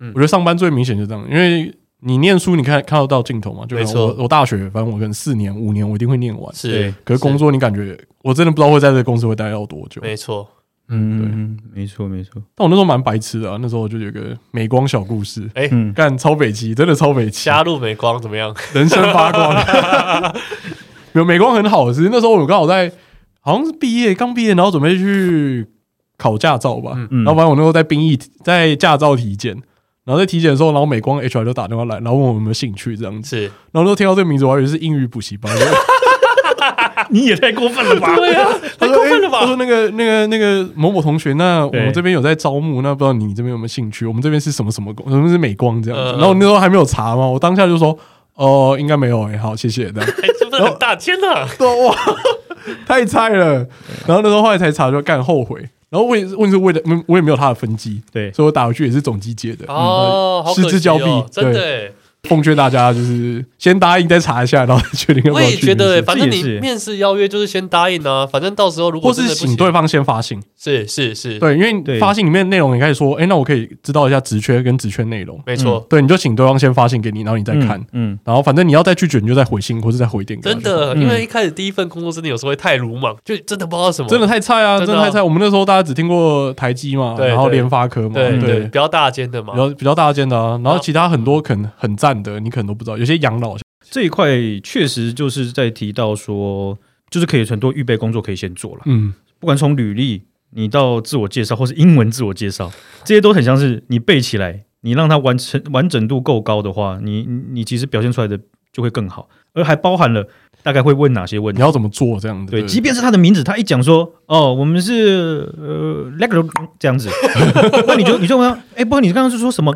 D: 嗯
A: 我觉得上班最明显就这样，因为你念书你看看得到尽头嘛，就
D: 没
A: 可能
D: 错
A: 我我大学反正我可能四年五年我一定会念完，
D: 是，
A: 可是工作你感觉我真的不知道会在这个公司会待到多久。
D: 没错，
C: 嗯，没错没错，
A: 但我那时候蛮白痴的、啊，那时候就有个美光小故事，
D: 哎、
C: 嗯，
A: 干超北极，真的超北极，
D: 加入美光怎么样？
A: 人生发光。 *laughs* 没有美光很好，是那时候我刚好在好像是毕业刚毕业，然后准备去考驾照吧，
C: 嗯
A: 然后反正我那时候在兵役在驾照体检，然后在体检的时候，然后美光 HR 就打电话来，然后问我有没有兴趣这样子， *laughs*
D: 是
A: 然后那时候听到这个名字，我还以为是英语补习班。 *laughs*
C: 啊你也太过分了 *laughs* 吧？
D: 对啊，
A: 他
D: 太
A: 说
D: 过分了
A: 欸他说
D: 吧？
A: 那个那个那个某某同学，那我
C: 对
A: 们这边有在招募，那不知道你这边有没有兴趣？我们这边是什么什么工，我们是美光这样子。
D: 嗯
A: 然后我那时候还没有查嘛，我当下就说哦，应该没有哎、好，谢谢这样。
D: 哎、是不是很大？啊天
A: *laughs*
D: 哪！
A: 说啊哇，太菜了。然后那时候后来才查，就干后悔。然后我也是，问是为了，嗯我也没有他的分机，
C: 对，
A: 所以我打回去也是总机接的。
D: 哦，好
A: 嗯
D: 可惜
A: 失
D: 哦
A: 之交臂
D: 真的
A: 对
D: 欸。
A: 奉劝大家就是先答应，再查一下，然后再确定要不
D: 我
A: 要
D: 也
A: 去。
D: 觉得欸，反正
C: 这也
D: 你
C: 是
D: 面试邀约就是先答应啊，反正到时候如果
A: 或
D: 真
A: 是
D: 的不
A: 请
D: 行，
A: 对方先发信，
D: 是是是，
A: 对，因为
C: 对
A: 你发信里面内容你开始说，哎，那我可以知道一下职缺跟职缺内容。
D: 没错，
A: 对，你就请对方先发信给你，然后你再看，
C: 嗯，
A: 然后反正你要再拒绝，你就再回信或是再回电。
D: 真，的，因为一开始第一份工作真的有时候会太鲁莽，就真的不知道什么，
A: 嗯真的太菜啊，
D: 真
A: 真
D: 的啊
A: 的太菜。我们那时候大家只听过台积嘛，
D: 对
A: 然后
D: 对
A: 联发科嘛，
D: 对
A: 对
D: 对，，比较大间的嘛
A: 比，较比较大件的啊，然
D: 啊
A: 后其他很多可能很赞的，你可能都不知道，有些养老
C: 这一块确实就是在提到说，就是可以很多预备工作可以先做了，
A: 嗯，
C: 不管从履历，你到自我介绍，或是英文自我介绍，这些都很像是你背起来，你让它完成完整度够高的话，你你你其实表现出来的就会更好，而还包含了大概会问哪些问
A: 你
C: 题。
A: 要怎么做这样子？
C: 对，即便是他的名字，他一讲说哦，我们 *laughs* 是呃 l e g 这样子，那你就你就问他，哎、不过你刚刚是说什么？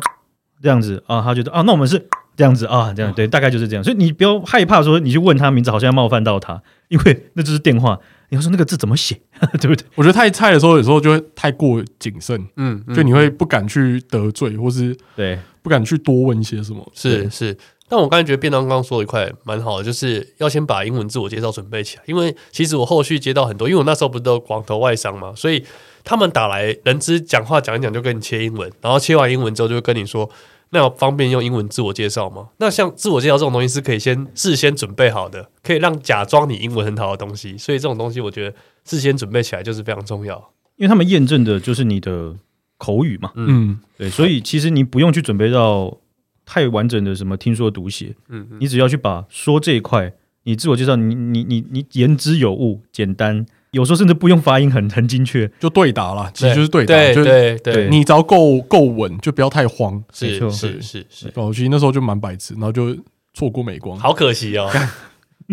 C: 这样子啊，他觉得啊，那我们是这样子啊，这样对，大概就是这样。所以你不要害怕说你去问他名字，好像要冒犯到他，因为那就是电话。你要说那个字怎么写， *laughs* 对不对？
A: 我觉得太菜的时候，有时候就会太过谨慎，
D: 嗯，嗯
A: 就你会不敢去得罪，或是
C: 对，
A: 不敢去多问一些什么。
D: 是是。但我刚才觉得便当刚刚说的一块蛮好的，就是要先把英文自我介绍准备起来，因为其实我后续接到很多，因为我那时候不是都有广投外商嘛，所以他们打来人资讲话讲一讲就跟你切英文，然后切完英文之后就会跟你说，那有方便用英文自我介绍吗？那像自我介绍这种东西是可以先事先准备好的，可以让假装你英文很好的东西，所以这种东西我觉得事先准备起来就是非常重要。
C: 因为他们验证的就是你的口语嘛，
A: 嗯，
C: 对，所以其实你不用去准备到太完整的什么听说读写，
D: 嗯嗯
C: 你只要去把说这一块，你自我介绍，你你你你言之有物，简单，有时候甚至不用发音很很精 *laughs* 确，
A: 就对答啦，其实就是对答，啊
D: 对
A: 就是
D: 对对，
A: 你只要够够稳，就不要太慌。
C: 没
D: 是
C: 错
D: 是是是，
A: 对我其实那时候就蛮白痴，然后就错过美光。
D: *laughs* 好可惜哦，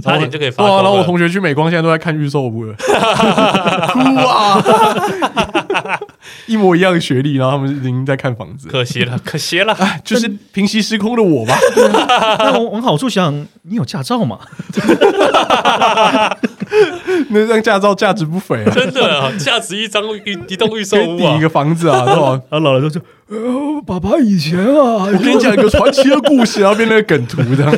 D: 差点就可以发
A: 对
D: 光
A: 啊，
D: 了。
A: 然后我同学去美光，现在都在看预售
D: *laughs*
A: 屋了， *laughs* 哭啊！ *laughs* 一模一样的学历，然后他们已经在看房子，
D: 可惜了，可惜了。
A: 就是平息时空的我 *laughs* 吧。
C: 那往往好处想，你有驾照嘛？
A: 那张驾照价值不菲啊，
D: 真的啊，价值一张一一栋预售
A: 可以
D: 屋
A: 抵
D: 啊
A: 一！个房子啊，对 *laughs* 吧？
C: 然后老人就说：“呃，爸爸以前啊， *laughs*
A: 我跟你讲一个传奇的故事，然后变成梗图这样。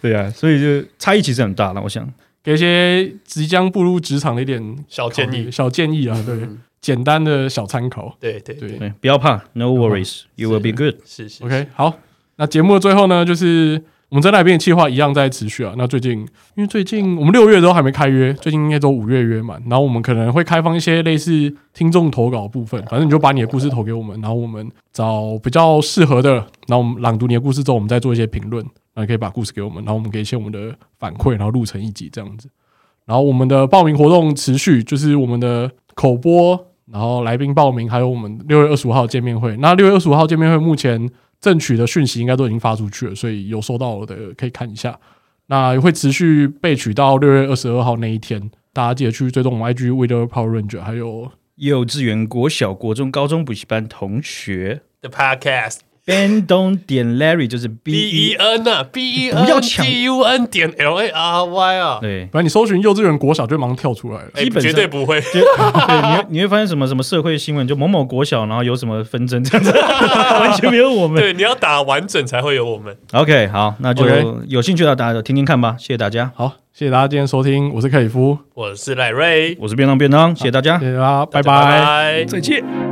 C: 对啊，所以就差异其实很大了。我想，
A: *laughs* 给一些即将步入职场的一点
D: 小建
A: 考虑
D: 议嗯
A: 小建议啊，对，简单的小参考。
D: 对对对，
A: 对
C: 对，不要怕，No worries，you will be good。
D: 是是
A: OK，好，那节目的最后呢，就是我们真来宾的计划一样在持续啊。那最近，因为最近我们六月都还没开约，最近应该都五月约满，然后我们可能会开放一些类似听众投稿的部分，反正你就把你的故事投给我们，然后我们找比较适合的，然后我们朗读你的故事之后，我们再做一些评论，然后可以把故事给我们，然后我们给一些我们的反馈，然后录成一集这样子。然后我们的报名活动持续，就是我们的口播，然后来宾报名，还有我们六月二十五号见面会。那六月二十五号见面会目前正取的讯息应该都已经发出去了，所以有收到的可以看一下。那会持续被取到六月二十二号那一天，大家记得去追踪我们 IG w i d e r Power Ranger，还有
C: *laughs* 幼稚园、国小、国中、高中补习班同学
D: The Podcast
C: *laughs* ，Ben Don 点 Larry 就是 B
D: B E
C: E，
D: N 啊，B E
C: 不要
D: N
C: 抢
D: D U N 点 L A R Y 啊，
C: 对。
A: 反正你搜寻幼稚园、国小就会马上跳出来了。
D: 哎
C: 基本上
D: 绝对不会。
C: 就对，你会你会发现什么什么社会新闻，就某某国小，然后有什么纷争这样子， *laughs* 完全没有我们。
D: 对，你要打完整才会有我们。
C: OK，好，那就
A: OK
C: 有兴趣的大家就听听看吧，谢谢大家，
A: 好，谢谢大家今天收听，我是克里夫，
D: 我是赖瑞，
C: 我是便当便当，谢谢大家，
A: 谢谢大家，拜
D: 大家
A: 拜。
D: 拜。
C: 见。